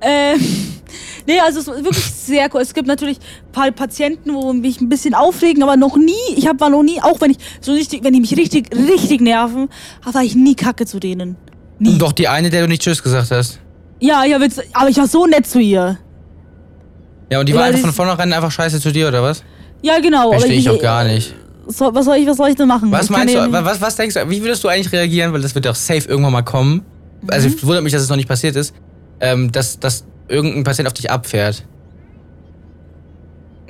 [SPEAKER 2] Ähm, (laughs) nee, also es ist wirklich sehr cool. Es gibt natürlich ein paar Patienten, wo mich ein bisschen aufregen, aber noch nie, ich hab, war noch nie, auch wenn ich so richtig, wenn die mich richtig, richtig nerven, war ich nie Kacke zu denen. Nie.
[SPEAKER 1] Doch die eine, der du nicht Tschüss gesagt hast.
[SPEAKER 2] Ja, ich hab jetzt, aber ich war so nett zu ihr.
[SPEAKER 1] Ja, und die
[SPEAKER 2] Ja,
[SPEAKER 1] war
[SPEAKER 2] die
[SPEAKER 1] einfach von
[SPEAKER 2] ist-
[SPEAKER 1] vornherein einfach scheiße zu dir, oder was?
[SPEAKER 2] Ja, genau. aber
[SPEAKER 1] Verstehe ich auch gar nicht.
[SPEAKER 2] So, was, soll ich, was soll ich denn machen?
[SPEAKER 1] Was
[SPEAKER 2] Ich kann
[SPEAKER 1] meinst
[SPEAKER 2] ja
[SPEAKER 1] du,
[SPEAKER 2] nicht-
[SPEAKER 1] was, was denkst du, wie würdest du eigentlich reagieren, weil das wird ja auch safe irgendwann mal kommen. Also
[SPEAKER 2] Mhm.
[SPEAKER 1] es wundert mich, dass es noch nicht passiert ist, ähm, dass, dass irgendein Patient auf dich abfährt.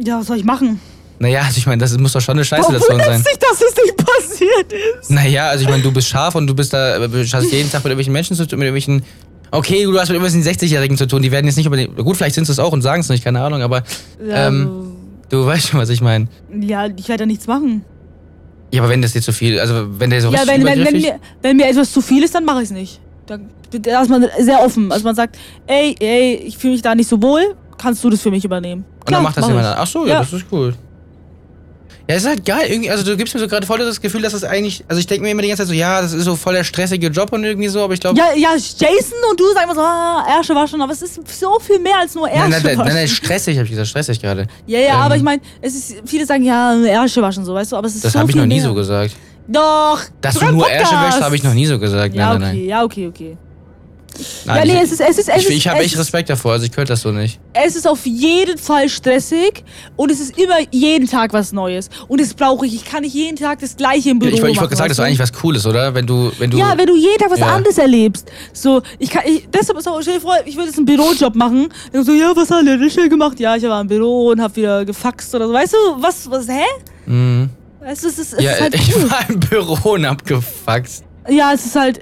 [SPEAKER 2] Ja, was soll ich machen?
[SPEAKER 1] Naja, also ich meine, das muss doch schon eine
[SPEAKER 2] Obwohl
[SPEAKER 1] Scheißsituation sein.
[SPEAKER 2] jetzt nicht, dass es nicht (laughs) passiert ist.
[SPEAKER 1] Naja, also ich meine, du bist scharf und du bist da, äh, du hast jeden Tag mit irgendwelchen Menschen zu tun, mit irgendwelchen. Okay, du hast mit irgendwelchen 60-Jährigen zu tun, die werden jetzt nicht unbedingt. Gut, vielleicht sind sie es auch und sagen es nicht, keine Ahnung, aber
[SPEAKER 2] Ja,
[SPEAKER 1] Ähm. du weißt schon, was ich meine.
[SPEAKER 2] ja ich werde ja nichts machen.
[SPEAKER 1] Ja, aber wenn das dir zu viel, also wenn der so
[SPEAKER 2] Ja,
[SPEAKER 1] richtig
[SPEAKER 2] wenn, wenn, wenn,
[SPEAKER 1] übergriffig-
[SPEAKER 2] mir, wenn mir etwas zu viel ist, dann mache ich es nicht. Dann da ist man sehr offen. Also man sagt, ey, ey, ich fühle mich da nicht so wohl, kannst du das für mich übernehmen?
[SPEAKER 1] Und dann macht das
[SPEAKER 2] mach
[SPEAKER 1] jemand
[SPEAKER 2] ich.
[SPEAKER 1] an. Ach so, ja,
[SPEAKER 2] Ja.
[SPEAKER 1] das ist cool. Ja, ist halt geil. Irgendwie, also du gibst mir so gerade voll das Gefühl, dass das eigentlich. Also ich denke mir immer die ganze Zeit so, ja, das ist so voll der stressige Job und irgendwie so, aber ich glaube.
[SPEAKER 2] Ja, ja, Jason und du sagen immer so, ah, Ärsche waschen, aber es ist so viel mehr als nur Ärsche
[SPEAKER 1] nein, nein, nein,
[SPEAKER 2] waschen.
[SPEAKER 1] nein, nein, stressig, habe ich gesagt, stressig gerade.
[SPEAKER 2] ja, ja,
[SPEAKER 1] ähm,
[SPEAKER 2] aber ich meine, es ist, viele sagen, ja, Ärsche waschen, so, weißt du, aber es ist
[SPEAKER 1] Das
[SPEAKER 2] so
[SPEAKER 1] habe ich
[SPEAKER 2] viel
[SPEAKER 1] noch nie
[SPEAKER 2] mehr.
[SPEAKER 1] so gesagt.
[SPEAKER 2] Doch.
[SPEAKER 1] Dass du
[SPEAKER 2] sogar im
[SPEAKER 1] nur Ärsche
[SPEAKER 2] Podcast.
[SPEAKER 1] wäschst, habe ich noch nie so gesagt.
[SPEAKER 2] Ja,
[SPEAKER 1] Nein,
[SPEAKER 2] okay,
[SPEAKER 1] nein,
[SPEAKER 2] ja, okay, okay.
[SPEAKER 1] nein.
[SPEAKER 2] ja, nee,
[SPEAKER 1] nein
[SPEAKER 2] es ist, es ist, es
[SPEAKER 1] ich
[SPEAKER 2] ist,
[SPEAKER 1] ich, ich habe
[SPEAKER 2] es
[SPEAKER 1] echt
[SPEAKER 2] ist,
[SPEAKER 1] Respekt davor, also ich könnte das so nicht.
[SPEAKER 2] es ist auf jeden Fall stressig und es ist immer jeden Tag was Neues. Und das brauche ich. Ich kann nicht jeden Tag das Gleiche im
[SPEAKER 1] Ja,
[SPEAKER 2] Büro
[SPEAKER 1] ich
[SPEAKER 2] machen.
[SPEAKER 1] wollte ich wollte gerade sagen, das ist
[SPEAKER 2] weißt
[SPEAKER 1] eigentlich
[SPEAKER 2] du?
[SPEAKER 1] was Cooles, oder? Wenn du, wenn du.
[SPEAKER 2] Ja, wenn du jeden Tag was
[SPEAKER 1] Ja.
[SPEAKER 2] anderes erlebst. So, ich kann, ich, deshalb ist auch, stell dir vor, ich würde jetzt einen Bürojob machen. Dann so, ja, was hat der Richel gemacht? Ja, ich war im Büro und hab wieder gefaxt oder so. Weißt du, was, was, hä?
[SPEAKER 1] Mhm.
[SPEAKER 2] Weißt du, es ist, es
[SPEAKER 1] ja äh,
[SPEAKER 2] ist
[SPEAKER 1] (laughs)
[SPEAKER 2] halt
[SPEAKER 1] ich
[SPEAKER 2] cool.
[SPEAKER 1] war im Büro und hab gefaxt.
[SPEAKER 2] Ja, es ist halt,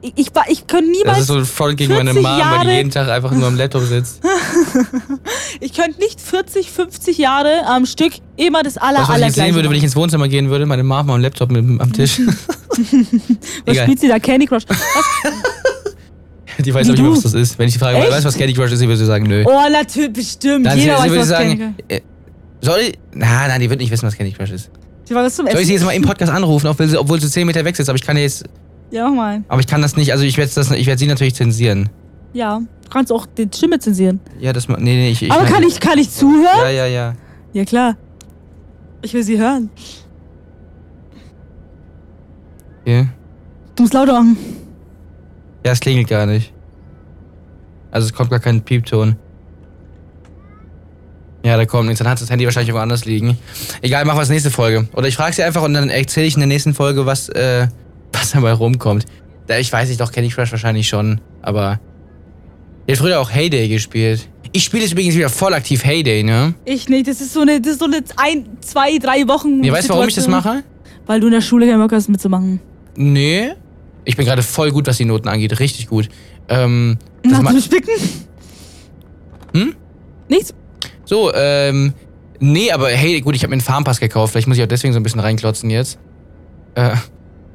[SPEAKER 2] ich, ich, war- ich könnte
[SPEAKER 1] Das ist
[SPEAKER 2] niemals
[SPEAKER 1] so ein Front gegen meine
[SPEAKER 2] 40
[SPEAKER 1] Mom, weil die
[SPEAKER 2] Jahre-
[SPEAKER 1] jeden Tag einfach nur am Laptop sitzt.
[SPEAKER 2] Ich könnte nicht 40, 50 Jahre am Stück immer das
[SPEAKER 1] Weißt
[SPEAKER 2] aller,
[SPEAKER 1] du, was ich
[SPEAKER 2] aller
[SPEAKER 1] jetzt sehen würde, wenn ich ins Wohnzimmer gehen würde? Meine Mama am Laptop mit, am
[SPEAKER 2] (laughs)
[SPEAKER 1] Tisch. (laughs)
[SPEAKER 2] Was
[SPEAKER 1] Egal.
[SPEAKER 2] spielt sie da?
[SPEAKER 1] (laughs)
[SPEAKER 2] Candy Crush.
[SPEAKER 1] Die weiß
[SPEAKER 2] Wie
[SPEAKER 1] auch nicht mehr,
[SPEAKER 2] du?
[SPEAKER 1] was das ist. Wenn ich die Frage
[SPEAKER 2] Echt?
[SPEAKER 1] weiß, was Candy Crush ist, sie würde sie sagen, nö.
[SPEAKER 2] Oh, natürlich, bestimmt.
[SPEAKER 1] Dann sie,
[SPEAKER 2] Jeder
[SPEAKER 1] sie würde
[SPEAKER 2] weiß, was Candy
[SPEAKER 1] sagen,
[SPEAKER 2] Crush
[SPEAKER 1] äh, soll ich. Na, nein, die wird nicht wissen, was Candy Crush ist.
[SPEAKER 2] ist. Sie war was zum
[SPEAKER 1] Soll ich
[SPEAKER 2] Essen.
[SPEAKER 1] sie jetzt mal im Podcast anrufen, obwohl sie, obwohl sie 10 Meter weg sitzt? Aber ich kann jetzt.
[SPEAKER 2] Ja, mach mal.
[SPEAKER 1] Aber ich kann das nicht. Also ich werde das, ich werde sie natürlich zensieren.
[SPEAKER 2] Ja. Du kannst auch die Stimme zensieren.
[SPEAKER 1] Ja, das. ma- Nee, nee, ich. ich
[SPEAKER 2] Aber kann ich, kann ich zuhören?
[SPEAKER 1] Ja, ja, ja.
[SPEAKER 2] Ja, klar. Ich will sie hören.
[SPEAKER 1] Okay.
[SPEAKER 2] Du musst lauter machen.
[SPEAKER 1] Ja, es klingelt gar nicht. Also es kommt gar kein Piepton. Ja, da kommt nichts. Dann hat das Handy wahrscheinlich irgendwo anders liegen. Egal, machen wir es nächste Folge. Oder ich frage sie einfach und dann erzähle ich in der nächsten Folge, was, äh, (laughs) was dabei rumkommt. Da, ich weiß nicht, doch Candy Crush wahrscheinlich schon, aber. Ihr habt früher auch Heyday gespielt. Ich spiele jetzt übrigens wieder voll aktiv Heyday, ne?
[SPEAKER 2] Ich nicht. Das ist so eine, das ist so eine ein, zwei, drei Wochen.
[SPEAKER 1] Ihr weißt, warum ich das
[SPEAKER 2] Situation.
[SPEAKER 1] mache?
[SPEAKER 2] Weil du in der Schule keinen Bock hast mitzumachen.
[SPEAKER 1] Nee. Ich bin gerade voll gut, was die Noten angeht. Richtig gut. Ähm, das
[SPEAKER 2] Nach
[SPEAKER 1] ma-
[SPEAKER 2] dem Spicken?
[SPEAKER 1] Hm?
[SPEAKER 2] Nichts?
[SPEAKER 1] So, ähm. Nee, aber hey, gut, ich habe mir einen Farmpass gekauft. Vielleicht muss ich auch deswegen so ein bisschen reinklotzen jetzt. Äh,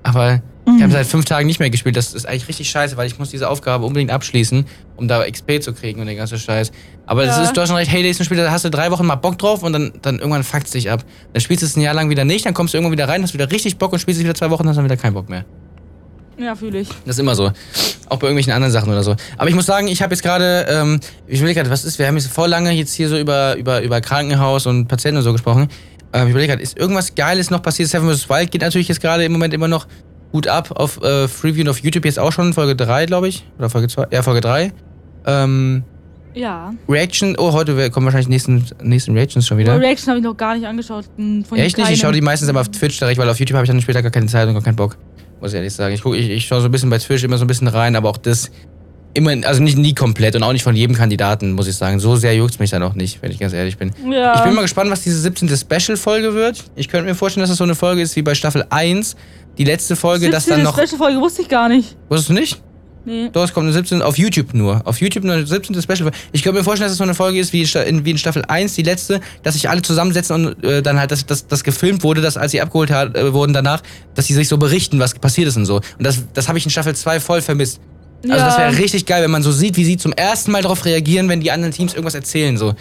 [SPEAKER 1] aber Ich habe seit fünf Tagen nicht mehr gespielt. Das ist eigentlich richtig scheiße, weil ich muss diese Aufgabe unbedingt abschließen, um da XP zu kriegen und den ganzen Scheiß. Aber das
[SPEAKER 2] Ja.
[SPEAKER 1] ist, du hast schon recht, Halo ist ein Spiel, da hast du drei Wochen mal Bock drauf und dann, dann irgendwann fuckt's dich ab. Dann spielst du es ein Jahr lang wieder nicht, dann kommst du irgendwann wieder rein, hast wieder richtig Bock und spielst es wieder zwei Wochen, hast dann wieder keinen Bock mehr.
[SPEAKER 2] Ja, fühle ich.
[SPEAKER 1] Das ist immer so. Auch bei irgendwelchen anderen Sachen oder so. Aber ich muss sagen, ich habe jetzt gerade, ähm, ich überlege gerade, was ist, wir haben jetzt vor lange jetzt hier so über, über, über Krankenhaus und Patienten und so gesprochen. Ähm, ich überlege gerade, ist irgendwas Geiles noch passiert? Seven vs. Wild geht natürlich jetzt gerade im Moment immer noch gut ab auf äh, Freeview und auf YouTube jetzt auch schon, Folge 3, glaube ich. Oder Folge 2, ja, Folge 3. Ähm,
[SPEAKER 2] Ja.
[SPEAKER 1] Reaction, oh, heute wir- kommen wahrscheinlich nächsten, nächsten Reactions schon wieder.
[SPEAKER 2] Reaction habe ich noch gar nicht angeschaut. hm, Von
[SPEAKER 1] Echt nicht? Ich schaue die
[SPEAKER 2] keinem.
[SPEAKER 1] meistens aber auf Twitch direkt, weil auf YouTube habe ich dann später gar keine Zeit und gar keinen Bock. Muss ich ehrlich sagen. Ich, guck- ich, ich schaue so ein bisschen bei Twitch immer so ein bisschen rein, aber auch das immer, also nicht nie komplett und auch nicht von jedem Kandidaten, muss ich sagen. So sehr juckt es mich dann auch nicht, wenn ich ganz ehrlich bin.
[SPEAKER 2] Ja.
[SPEAKER 1] Ich bin mal gespannt, was diese 17. Special-Folge wird. Ich könnte mir vorstellen, dass das so eine Folge ist wie bei Staffel 1. Die letzte Folge, dass dann noch.
[SPEAKER 2] Special-Folge wusste ich gar nicht.
[SPEAKER 1] Wusstest du nicht?
[SPEAKER 2] Nee.
[SPEAKER 1] Doch, es kommt eine 17. auf YouTube nur. Auf YouTube nur eine 17. Special. Ich könnte mir vorstellen, dass es so eine Folge ist wie in, Sta- in, wie in Staffel 1, die letzte, dass sich alle zusammensetzen und äh, dann halt, dass das, das gefilmt wurde, dass als sie abgeholt hat, äh, wurden danach, dass sie sich so berichten, was passiert ist und so. Und das, das habe ich in Staffel 2 voll vermisst. Also
[SPEAKER 2] Ja.
[SPEAKER 1] das wäre richtig geil, wenn man so sieht, wie sie zum ersten Mal darauf reagieren, wenn die anderen Teams irgendwas erzählen. so.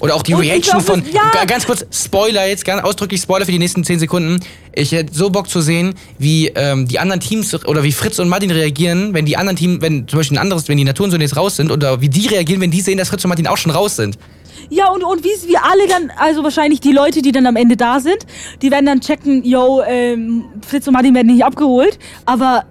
[SPEAKER 1] Oder auch die
[SPEAKER 2] Und ich
[SPEAKER 1] Reaction
[SPEAKER 2] glaub,
[SPEAKER 1] von.
[SPEAKER 2] das- ja.
[SPEAKER 1] ga- Ganz kurz, Spoiler jetzt, ganz ausdrücklich Spoiler für die nächsten 10 Sekunden. Ich hätte so Bock zu sehen, wie ähm, die anderen Teams oder wie Fritz und Martin reagieren, wenn die anderen Teams, wenn zum Beispiel ein anderes, wenn die Naturen so jetzt raus sind, oder wie die reagieren, wenn die sehen, dass Fritz und Martin auch schon raus sind.
[SPEAKER 2] Ja, und, und wie es- wir alle dann, also wahrscheinlich die Leute, die dann am Ende da sind, die werden dann checken, yo, ähm, Fritz und Martin werden nicht abgeholt, aber.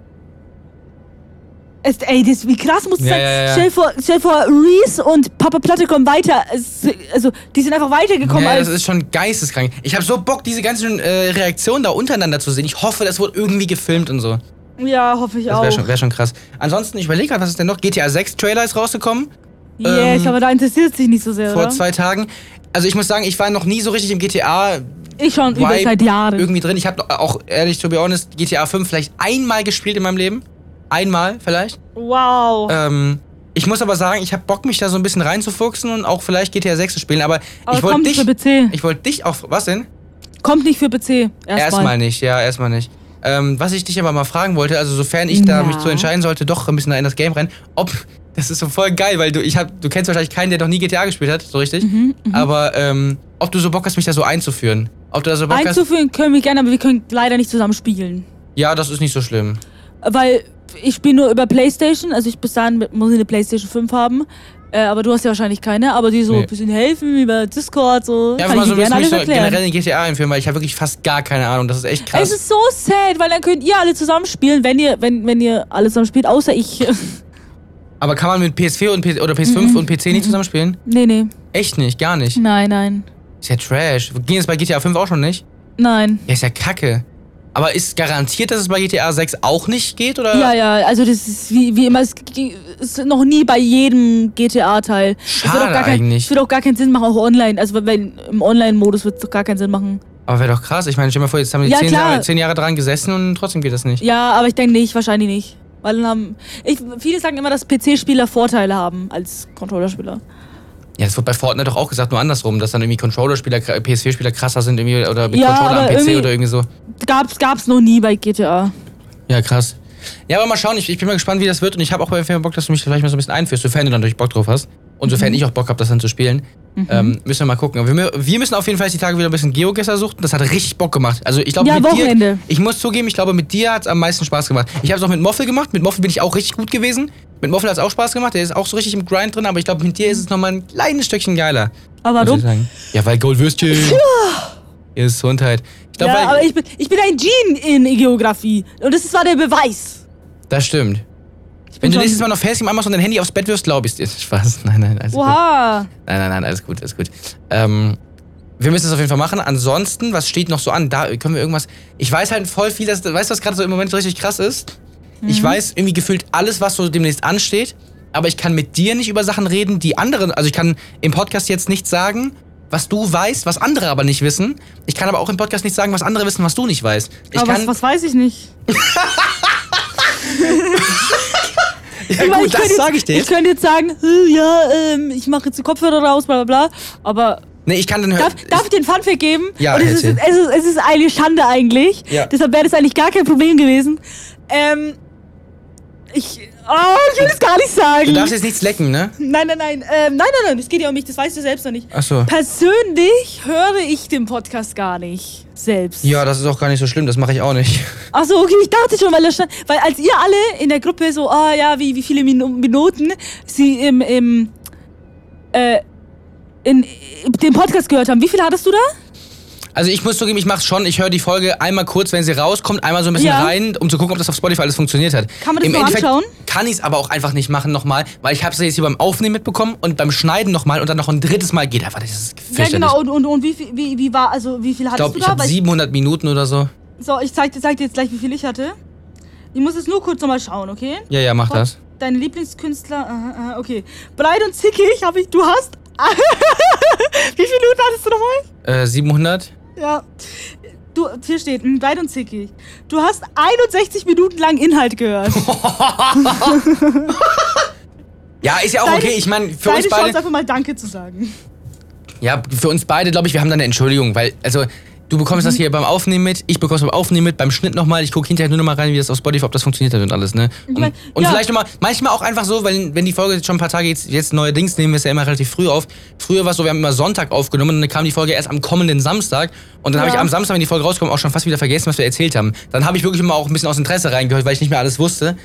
[SPEAKER 2] Es, ey, das, wie krass muss es
[SPEAKER 1] Ja,
[SPEAKER 2] sein?
[SPEAKER 1] ja, ja.
[SPEAKER 2] Stell dir vor, stell dir vor, Reese und Papa Platte kommen weiter. Es, also, die sind einfach weitergekommen.
[SPEAKER 1] ja,
[SPEAKER 2] als,
[SPEAKER 1] das ist schon geisteskrank. Ich habe so Bock, diese ganzen äh, Reaktionen da untereinander zu sehen. Ich hoffe, das wurde irgendwie gefilmt und so.
[SPEAKER 2] ja hoffe ich
[SPEAKER 1] Das
[SPEAKER 2] auch.
[SPEAKER 1] wäre schon, wär schon krass. Ansonsten, ich überlege gerade, was ist denn noch? GTA 6 Trailer ist rausgekommen.
[SPEAKER 2] yes,
[SPEAKER 1] ähm,
[SPEAKER 2] aber da interessiert es dich nicht so sehr,
[SPEAKER 1] vor
[SPEAKER 2] oder?
[SPEAKER 1] zwei Tagen. Also ich muss sagen, ich war noch nie so richtig im GTA
[SPEAKER 2] Ich schon, über
[SPEAKER 1] Vibe
[SPEAKER 2] seit Jahren.
[SPEAKER 1] irgendwie drin. Ich habe auch ehrlich, to be honest, GTA 5 vielleicht einmal gespielt in meinem Leben. Einmal vielleicht.
[SPEAKER 2] Wow.
[SPEAKER 1] Ähm, ich muss aber sagen, ich habe Bock, mich da so ein bisschen reinzufuchsen und auch vielleicht GTA 6 zu spielen. Aber,
[SPEAKER 2] aber
[SPEAKER 1] ich
[SPEAKER 2] kommt
[SPEAKER 1] wollte
[SPEAKER 2] nicht
[SPEAKER 1] dich,
[SPEAKER 2] für PC.
[SPEAKER 1] ich wollte dich auch. Was denn?
[SPEAKER 2] Kommt nicht für PC. Erstmal.
[SPEAKER 1] Erstmal nicht, ja, erstmal nicht. Ähm, was ich dich aber mal fragen wollte, also sofern ich da
[SPEAKER 2] Ja.
[SPEAKER 1] mich zu entscheiden sollte, doch ein bisschen in das Game rein, ob das ist so voll geil, weil du ich hab, du kennst wahrscheinlich keinen, der noch nie GTA gespielt hat, so richtig.
[SPEAKER 2] Mhm,
[SPEAKER 1] aber ähm, ob du so Bock hast, mich da so einzuführen, ob du da so Bock hast,
[SPEAKER 2] Einzuführen können wir gerne, aber wir können leider nicht zusammen spielen.
[SPEAKER 1] ja, das ist nicht so schlimm.
[SPEAKER 2] Weil ich spiele nur über Playstation, also ich bis dahin mit- muss ich eine Playstation 5 haben. Äh, aber du hast ja wahrscheinlich keine, aber die so
[SPEAKER 1] Nee.
[SPEAKER 2] ein bisschen helfen über Discord, so.
[SPEAKER 1] Ja,
[SPEAKER 2] kann
[SPEAKER 1] mal
[SPEAKER 2] ich
[SPEAKER 1] so
[SPEAKER 2] dir
[SPEAKER 1] ein bisschen
[SPEAKER 2] gerne
[SPEAKER 1] mich
[SPEAKER 2] alles
[SPEAKER 1] so
[SPEAKER 2] erklären.
[SPEAKER 1] generell in GTA einführen, weil ich habe wirklich fast gar keine Ahnung, das ist echt
[SPEAKER 2] es
[SPEAKER 1] krass.
[SPEAKER 2] ist so sad, weil dann könnt ihr alle zusammen spielen, wenn ihr, wenn, wenn ihr alle zusammen spielt, außer ich. (laughs)
[SPEAKER 1] aber kann man mit PS4 und P oder PS5
[SPEAKER 2] Mhm.
[SPEAKER 1] und PC nicht zusammenspielen?
[SPEAKER 2] nee, nee.
[SPEAKER 1] Echt nicht, gar nicht.
[SPEAKER 2] Nein, nein.
[SPEAKER 1] Ist ja trash. Ging es bei GTA 5 auch schon nicht?
[SPEAKER 2] Nein.
[SPEAKER 1] Ja, ist ja kacke. Aber ist garantiert, dass es bei GTA 6 auch nicht geht? Oder?
[SPEAKER 2] Ja, ja, also das ist wie, wie immer, es g- ist noch nie bei jedem GTA-Teil.
[SPEAKER 1] Schade eigentlich.
[SPEAKER 2] Es wird auch gar keinen Sinn machen, auch online. Also wenn im Online-Modus wird es doch gar keinen Sinn machen.
[SPEAKER 1] Aber wäre doch krass. Ich meine, stell dir mal vor, jetzt haben die
[SPEAKER 2] Ja,
[SPEAKER 1] zehn,
[SPEAKER 2] klar.
[SPEAKER 1] Jahre, zehn Jahre dran gesessen und trotzdem geht das nicht.
[SPEAKER 2] Ja, aber ich denke nicht, wahrscheinlich nicht. Weil dann haben. Ich, viele sagen immer, dass PC-Spieler Vorteile haben als Controller-Spieler.
[SPEAKER 1] Ja, das wird bei Fortnite doch auch gesagt, nur andersrum, dass dann irgendwie Controller-Spieler, kra- PS4-Spieler krasser sind irgendwie oder mit
[SPEAKER 2] Ja,
[SPEAKER 1] Controller am
[SPEAKER 2] aber
[SPEAKER 1] PC
[SPEAKER 2] irgendwie-
[SPEAKER 1] oder irgendwie so.
[SPEAKER 2] Gab's, gab's noch nie bei GTA.
[SPEAKER 1] Ja, krass. Ja, aber mal schauen, ich, ich bin mal gespannt, wie das wird und ich habe auch bei Film Bock, dass du mich vielleicht mal so ein bisschen einführst, sofern du dann natürlich Bock drauf hast. Und
[SPEAKER 2] Mhm.
[SPEAKER 1] sofern ich auch Bock habe, das dann zu spielen, ähm, müssen wir mal gucken. Wir, mü- wir müssen auf jeden Fall jetzt die Tage wieder ein bisschen Geogesser suchen. Das hat richtig Bock gemacht. Also ich glaube,
[SPEAKER 2] Ja,
[SPEAKER 1] mit dir,
[SPEAKER 2] Wochenende.
[SPEAKER 1] ich muss zugeben, ich glaube, mit dir hat es am meisten Spaß gemacht. Ich habe es auch mit Moffel gemacht. Mit Moffel bin ich auch richtig gut gewesen. Mit Moffel hat es auch Spaß gemacht. Der ist auch so richtig im Grind drin, aber ich glaube, mit dir ist es nochmal ein kleines Stückchen geiler.
[SPEAKER 2] Aber
[SPEAKER 1] muss ich
[SPEAKER 2] warum?
[SPEAKER 1] sagen. Ja, weil Goldwürstchen. Gesundheit. Ich glaube,
[SPEAKER 2] ja,
[SPEAKER 1] weil-
[SPEAKER 2] aber ich bin, ich bin ein Gene in Geografie. Und das war der Beweis.
[SPEAKER 1] das stimmt.
[SPEAKER 2] Ich
[SPEAKER 1] Wenn
[SPEAKER 2] bin
[SPEAKER 1] du
[SPEAKER 2] schon-
[SPEAKER 1] nächstes Mal noch Facecam anmachst und dein Handy aufs Bett wirfst, glaube ich dir. Spaß. (laughs) Nein, nein, alles gut.
[SPEAKER 2] Oha.
[SPEAKER 1] Nein, nein, nein, alles gut, alles gut. Ähm, wir müssen es auf jeden Fall machen. Ansonsten, was steht noch so an? Da können wir irgendwas. Ich weiß halt voll viel, dass, weißt du, was gerade so im Moment so richtig krass ist?
[SPEAKER 2] Mhm.
[SPEAKER 1] Ich weiß irgendwie gefühlt alles, was so demnächst ansteht, aber ich kann mit dir nicht über Sachen reden, die anderen, also ich kann im Podcast jetzt nichts sagen, was du weißt, was andere aber nicht wissen. Ich kann aber auch im Podcast nicht sagen, was andere wissen, was du nicht weißt. Ich
[SPEAKER 2] aber
[SPEAKER 1] kann,
[SPEAKER 2] was, was weiß ich nicht?
[SPEAKER 1] (laughs)
[SPEAKER 2] (laughs)
[SPEAKER 1] ja,
[SPEAKER 2] meine,
[SPEAKER 1] gut,
[SPEAKER 2] könnte
[SPEAKER 1] das
[SPEAKER 2] (laughs) jetzt-
[SPEAKER 1] sage ich dir
[SPEAKER 2] Ich
[SPEAKER 1] jetzt.
[SPEAKER 2] könnte jetzt sagen, "Hm, ja, ähm, ich mache jetzt die Kopfhörer raus, bla bla bla. Aber
[SPEAKER 1] Nee, ich kann den
[SPEAKER 2] Darf,
[SPEAKER 1] (laughs) hören.
[SPEAKER 2] darf ich den Funfact geben?
[SPEAKER 1] Ja,
[SPEAKER 2] Und es ist,
[SPEAKER 1] erzähl.
[SPEAKER 2] es, ist, es ist eine Schande eigentlich.
[SPEAKER 1] Ja.
[SPEAKER 2] Deshalb wäre das eigentlich gar kein Problem gewesen. Ähm, ich, oh, ich will es gar nicht
[SPEAKER 1] Du
[SPEAKER 2] sagen.
[SPEAKER 1] darfst jetzt nichts lecken, ne?
[SPEAKER 2] Nein, nein, nein. Ähm, nein, nein, nein. Es geht ja um mich. Das weißt du selbst noch nicht.
[SPEAKER 1] Ach so.
[SPEAKER 2] Persönlich höre ich den Podcast gar nicht selbst.
[SPEAKER 1] Ja, das ist auch gar nicht so schlimm, das mache ich auch nicht.
[SPEAKER 2] Ach so, okay, ich dachte schon, weil, da stand, weil als ihr alle in der Gruppe so, ah ja, wie, wie viele Minu- Minuten sie im, im äh, in, in den Podcast gehört haben. Wie viele hattest du da?
[SPEAKER 1] Also ich muss zugeben, ich mach's schon. Ich höre die Folge einmal kurz, wenn sie rauskommt, einmal so ein bisschen
[SPEAKER 2] Ja.
[SPEAKER 1] rein, um zu gucken, ob das auf Spotify alles funktioniert hat.
[SPEAKER 2] Kann man das
[SPEAKER 1] Im
[SPEAKER 2] noch
[SPEAKER 1] Endeffekt
[SPEAKER 2] anschauen?
[SPEAKER 1] Kann ich es aber auch einfach nicht machen nochmal, weil ich habe es jetzt hier beim Aufnehmen mitbekommen und beim Schneiden nochmal und dann noch ein drittes Mal geht einfach. nicht. Das ist
[SPEAKER 2] Ja,
[SPEAKER 1] fürchterlich.
[SPEAKER 2] genau. Und, und, und wie, viel- wie, wie war, also wie viel
[SPEAKER 1] Ich
[SPEAKER 2] hattest
[SPEAKER 1] glaube,
[SPEAKER 2] du
[SPEAKER 1] ich
[SPEAKER 2] da?
[SPEAKER 1] habe
[SPEAKER 2] Weil
[SPEAKER 1] 700 Minuten oder so.
[SPEAKER 2] so, ich zeig, dir- zeig dir jetzt gleich, wie viel ich hatte. Ich muss jetzt nur kurz nochmal schauen, okay?
[SPEAKER 1] Ja, ja, mach das.
[SPEAKER 2] Deine Lieblingskünstler, aha, aha, okay. Breit und zickig habe ich, du hast. (laughs) wie viele Minuten hattest du nochmal?
[SPEAKER 1] Äh, 700?
[SPEAKER 2] Ja. Du, hier steht, hm, breit und zickig. Du hast 61 Minuten lang
[SPEAKER 1] (laughs)
[SPEAKER 2] Inhalt gehört.
[SPEAKER 1] Ja, ist ja auch
[SPEAKER 2] Deine-
[SPEAKER 1] okay. Ich meine, für
[SPEAKER 2] Deine
[SPEAKER 1] uns
[SPEAKER 2] Chance,
[SPEAKER 1] beide.
[SPEAKER 2] einfach mal Danke zu sagen.
[SPEAKER 1] Ja, für uns beide, glaube ich, wir haben da eine Entschuldigung, weil, also. Du bekommst
[SPEAKER 2] Mhm.
[SPEAKER 1] das hier beim Aufnehmen mit, ich bekomme es beim Aufnehmen mit, beim Schnitt nochmal, ich gucke hinterher nur nochmal rein, wie das auf Spotify, ob das funktioniert hat und alles, ne? Und,
[SPEAKER 2] mein,
[SPEAKER 1] und
[SPEAKER 2] ja.
[SPEAKER 1] vielleicht nochmal, manchmal auch einfach so, weil wenn die Folge jetzt schon ein paar Tage jetzt, jetzt neuerdings nehmen wir es ja immer relativ früh auf. Früher war es so, wir haben immer Sonntag aufgenommen und dann kam die Folge erst am kommenden Samstag und dann habe
[SPEAKER 2] Ja.
[SPEAKER 1] ich am Samstag, wenn die Folge rauskommt, auch schon fast wieder vergessen, was wir erzählt haben. Dann habe ich wirklich immer auch ein bisschen aus Interesse reingehört, weil ich nicht mehr alles wusste.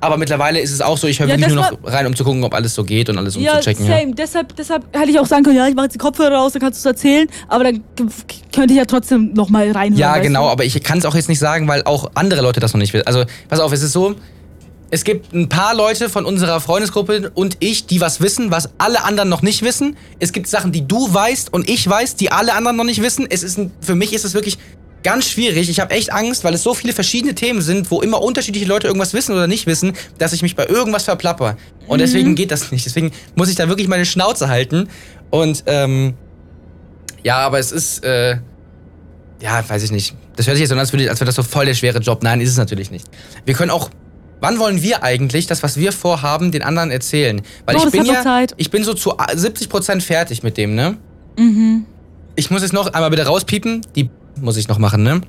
[SPEAKER 1] Aber mittlerweile ist es auch so, ich höre
[SPEAKER 2] Ja,
[SPEAKER 1] wirklich
[SPEAKER 2] das
[SPEAKER 1] nur noch rein, um zu gucken, ob alles so geht und alles um zu checken. Ja.
[SPEAKER 2] same. Deshalb, deshalb hätte ich auch sagen können, ja, ich mache jetzt die Kopfhörer raus, dann kannst du es erzählen. Aber dann k- k- könnte ich ja trotzdem nochmal reinhören.
[SPEAKER 1] Ja,
[SPEAKER 2] weißt
[SPEAKER 1] genau,
[SPEAKER 2] du?
[SPEAKER 1] aber ich kann es auch jetzt nicht sagen, weil auch andere Leute das noch nicht wissen. Also, pass auf, es ist so, es gibt ein paar Leute von unserer Freundesgruppe und ich, die was wissen, was alle anderen noch nicht wissen. Es gibt Sachen, die du weißt und ich weiß, die alle anderen noch nicht wissen. Es ist ein, für mich ist es wirklich ganz schwierig. Ich habe echt Angst, weil es so viele verschiedene Themen sind, wo immer unterschiedliche Leute irgendwas wissen oder nicht wissen, dass ich mich bei irgendwas verplapper. Und
[SPEAKER 2] Mhm.
[SPEAKER 1] deswegen geht das nicht. Deswegen muss ich da wirklich meine Schnauze halten. Und ähm, ja, aber es ist äh, ja, weiß ich nicht. Das hört sich jetzt so an, als, würde, als wäre das so voll der schwere Job. Nein, ist es natürlich nicht. Wir können auch. Wann wollen wir eigentlich das, was wir vorhaben, den anderen erzählen? Weil
[SPEAKER 2] Oh,
[SPEAKER 1] ich
[SPEAKER 2] das
[SPEAKER 1] bin
[SPEAKER 2] hat noch
[SPEAKER 1] ja,
[SPEAKER 2] Zeit.
[SPEAKER 1] ich bin so zu 70% fertig mit dem, ne? Mhm. Ich muss jetzt noch einmal bitte rauspiepen. Die (laughs) muss ich noch machen, ne?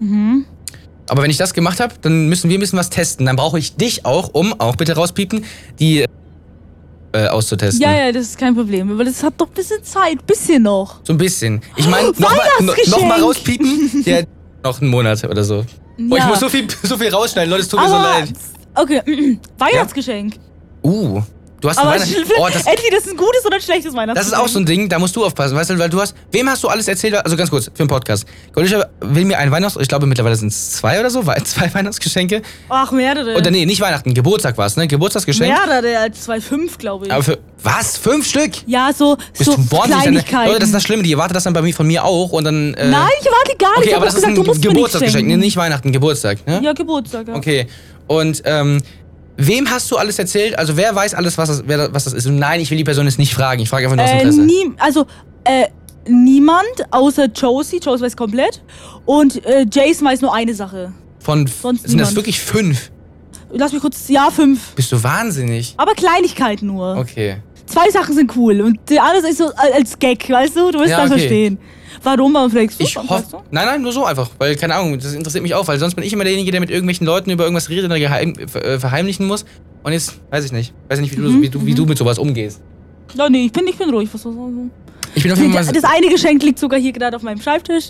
[SPEAKER 1] Mhm. Aber wenn ich das gemacht habe, dann müssen wir ein bisschen was testen. Dann brauche ich dich auch, um auch bitte rauspiepen, die äh, auszutesten.
[SPEAKER 2] Ja, ja, das ist kein Problem. Aber das hat doch ein bisschen Zeit. Bisschen noch.
[SPEAKER 1] So ein bisschen. Ich meine, nochmal no,
[SPEAKER 2] Weihnachtsgeschenk!
[SPEAKER 1] noch mal rauspiepen. Ja, noch einen Monat oder so. Boah, ich
[SPEAKER 2] Ja.
[SPEAKER 1] muss so viel, so viel rausschneiden, Leute, es tut mir so
[SPEAKER 2] aber,
[SPEAKER 1] leid.
[SPEAKER 2] okay, mm, Weihnachtsgeschenk.
[SPEAKER 1] Uh, du hast ein
[SPEAKER 2] Aber
[SPEAKER 1] Weihnachts... Oh, das,
[SPEAKER 2] entweder ist ein gutes oder ein schlechtes
[SPEAKER 1] das ist
[SPEAKER 2] Weihnachtsgeschenk.
[SPEAKER 1] auch so ein Ding, da musst du aufpassen, weißt du, weil du hast... Wem hast du alles erzählt? Also ganz kurz, für den Podcast. Golisha will mir ein Weihnachts... Ich glaube, mittlerweile sind es zwei oder so, wei- (laughs) zwei Weihnachtsgeschenke.
[SPEAKER 2] Ach, mehrere.
[SPEAKER 1] Oder nee, nicht Weihnachten, Geburtstag war es, ne? Geburtstagsgeschenk.
[SPEAKER 2] mehrere als 2,5, glaube ich.
[SPEAKER 1] Aber für... Was? Fünf Stück?
[SPEAKER 2] ja, so,
[SPEAKER 1] Bist
[SPEAKER 2] so
[SPEAKER 1] du wahnsinnig?
[SPEAKER 2] Kleinigkeiten.
[SPEAKER 1] Leute, das ist das Schlimme, die erwartet das dann bei mir, von mir auch und dann... Äh,
[SPEAKER 2] Nein, ich warte gar nicht.
[SPEAKER 1] Okay,
[SPEAKER 2] ich
[SPEAKER 1] aber das
[SPEAKER 2] habe doch
[SPEAKER 1] ist
[SPEAKER 2] gesagt, du
[SPEAKER 1] ein
[SPEAKER 2] musst
[SPEAKER 1] Geburtstagsgeschenk,
[SPEAKER 2] mir
[SPEAKER 1] nee,
[SPEAKER 2] nichts
[SPEAKER 1] nicht Weihnachten, Geburtstag, ne?
[SPEAKER 2] schenken. Ja, Geburtstag. Ja.
[SPEAKER 1] Okay. Und ähm, wem hast du alles erzählt? Also wer weiß alles, was das, wer, da- was das ist? Und nein, ich will die Person jetzt nicht fragen. Ich frage einfach nur aus
[SPEAKER 2] Äh,
[SPEAKER 1] Interesse.
[SPEAKER 2] nie, also, äh, niemand außer Josie. Josie weiß komplett. Und äh, Jason weiß nur eine Sache.
[SPEAKER 1] Von
[SPEAKER 2] sonst
[SPEAKER 1] sind das
[SPEAKER 2] niemand.
[SPEAKER 1] wirklich fünf?
[SPEAKER 2] Lass mich kurz. Ja, fünf.
[SPEAKER 1] Bist du wahnsinnig?
[SPEAKER 2] Aber Kleinigkeiten nur.
[SPEAKER 1] Okay.
[SPEAKER 2] Zwei Sachen sind cool. Und die andere ist so äh, als Gag, weißt du? Du wirst
[SPEAKER 1] Ja,
[SPEAKER 2] das
[SPEAKER 1] okay.
[SPEAKER 2] verstehen. Warum man fragst du?
[SPEAKER 1] Ich
[SPEAKER 2] Warum fragst
[SPEAKER 1] hoffe. Nein, nein, nur so einfach. Weil, keine Ahnung, das interessiert mich auch, weil sonst bin ich immer derjenige, der mit irgendwelchen Leuten über irgendwas redet oder geheim, ver- äh, verheimlichen muss. Und jetzt weiß ich nicht. Weiß ich nicht, wie, du, wie, du,
[SPEAKER 2] Mhm,
[SPEAKER 1] wie du mit sowas umgehst.
[SPEAKER 2] du? Ja, nee, ich bin, ich bin ruhig. Was soll ich sagen?
[SPEAKER 1] Ich bin auf jeden Fall.
[SPEAKER 2] Das,
[SPEAKER 1] mal-
[SPEAKER 2] das eine Geschenk liegt sogar hier gerade auf meinem Schreibtisch.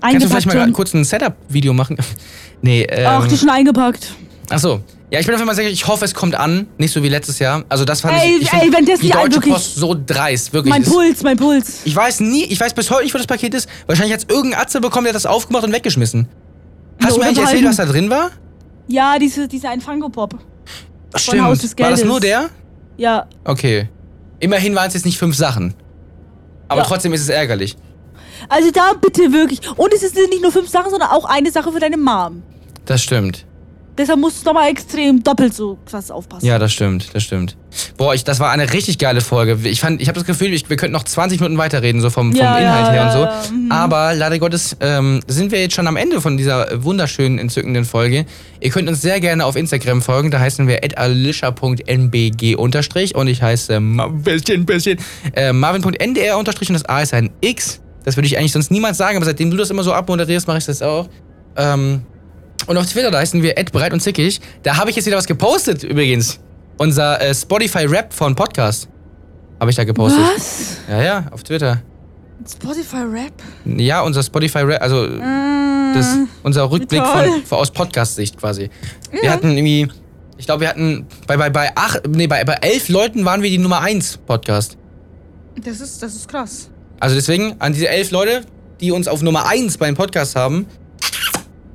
[SPEAKER 1] Kannst du vielleicht
[SPEAKER 2] Eingepackt
[SPEAKER 1] mal
[SPEAKER 2] schon.
[SPEAKER 1] kurz ein Setup-Video machen? (laughs) nee, ähm,
[SPEAKER 2] Ach, die ist schon eingepackt.
[SPEAKER 1] Ach so. Ja, ich bin auf jeden Fall sicher, ich hoffe, es kommt an. Nicht so wie letztes Jahr. Also das fand
[SPEAKER 2] Ey,
[SPEAKER 1] ich, ich
[SPEAKER 2] ey,
[SPEAKER 1] find
[SPEAKER 2] wenn das
[SPEAKER 1] die
[SPEAKER 2] nicht
[SPEAKER 1] Deutsche
[SPEAKER 2] wirklich-
[SPEAKER 1] Post so dreist, wirklich.
[SPEAKER 2] Mein
[SPEAKER 1] ist,
[SPEAKER 2] Puls, mein Puls.
[SPEAKER 1] ich weiß nie, ich weiß bis heute nicht, wo das Paket ist. Wahrscheinlich hat's irgendein Atze bekommen, der hat das aufgemacht und weggeschmissen. Hast du mir
[SPEAKER 2] oder
[SPEAKER 1] eigentlich erzählt,
[SPEAKER 2] behalten.
[SPEAKER 1] was da drin war?
[SPEAKER 2] Ja, diese, diese ein Funko Pop.
[SPEAKER 1] Stimmt.
[SPEAKER 2] Haus des
[SPEAKER 1] war das
[SPEAKER 2] Geldes.
[SPEAKER 1] nur der?
[SPEAKER 2] Ja.
[SPEAKER 1] Okay. Immerhin waren es jetzt nicht fünf Sachen. Aber
[SPEAKER 2] Ja.
[SPEAKER 1] trotzdem ist es ärgerlich.
[SPEAKER 2] Also da bitte wirklich. Und es sind nicht nur fünf Sachen, sondern auch eine Sache für deine Mom.
[SPEAKER 1] Das stimmt.
[SPEAKER 2] Deshalb musst du nochmal extrem doppelt so krass aufpassen.
[SPEAKER 1] Ja, das stimmt, das stimmt. Boah, ich, das war eine richtig geile Folge. Ich, fand, ich habe das Gefühl, ich, wir könnten noch 20 Minuten weiterreden, so vom, vom
[SPEAKER 2] Ja,
[SPEAKER 1] Inhalt
[SPEAKER 2] ja,
[SPEAKER 1] her
[SPEAKER 2] ja,
[SPEAKER 1] und so.
[SPEAKER 2] ja, mhm.
[SPEAKER 1] Aber leider Gottes ähm, sind wir jetzt schon am Ende von dieser wunderschönen, entzückenden Folge. Ihr könnt uns sehr gerne auf Instagram folgen, da heißen wir @alisha.nbg unterstrich und ich heiße Ma- bisschen, bisschen, äh, marvin.ndr unterstrich und das A ist ein X. Das würde ich eigentlich sonst niemals sagen, aber seitdem du das immer so abmoderierst, mache ich das auch. Ähm, und auf Twitter, da heißen wir breit und zickig. Da habe ich jetzt wieder was gepostet übrigens. Unser äh, Spotify-Rap von Podcast. Habe ich da gepostet.
[SPEAKER 2] Was?
[SPEAKER 1] Ja, ja, auf Twitter.
[SPEAKER 2] Spotify Rap?
[SPEAKER 1] Ja, unser Spotify-Rap, also das, unser Rückblick
[SPEAKER 2] Ah, toll.
[SPEAKER 1] von, von, aus Podcast-Sicht quasi. Wir hatten irgendwie, ich glaube, wir hatten bei, bei, bei, acht, nee, bei, bei elf Leuten waren wir die Nummer eins Podcast.
[SPEAKER 2] Das ist, das ist krass.
[SPEAKER 1] Also deswegen an diese elf Leute, die uns auf Nummer eins beim Podcast haben.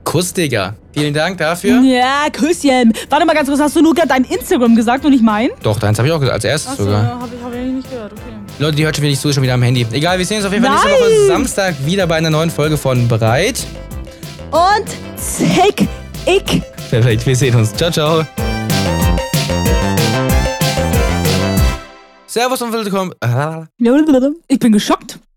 [SPEAKER 1] Kuss, Digga. Vielen Dank dafür.
[SPEAKER 2] Ja, Küsschen. Warte mal ganz kurz, hast du nur gerade dein Instagram gesagt und nicht mein?
[SPEAKER 1] Doch, deins habe ich auch gesagt, als erstes
[SPEAKER 2] Achso,
[SPEAKER 1] sogar.
[SPEAKER 2] habe ich, hab ich nicht gehört, okay.
[SPEAKER 1] Leute, die hört schon wieder nicht zu, ist schon wieder am Handy. Egal, wir sehen uns auf jeden Fall nächste
[SPEAKER 2] Nein.
[SPEAKER 1] Woche Samstag wieder bei einer neuen Folge von Bereit.
[SPEAKER 2] Und zick, ich.
[SPEAKER 1] Perfekt, wir sehen uns. Ciao, ciao. Servus und willkommen.
[SPEAKER 2] Ich bin geschockt.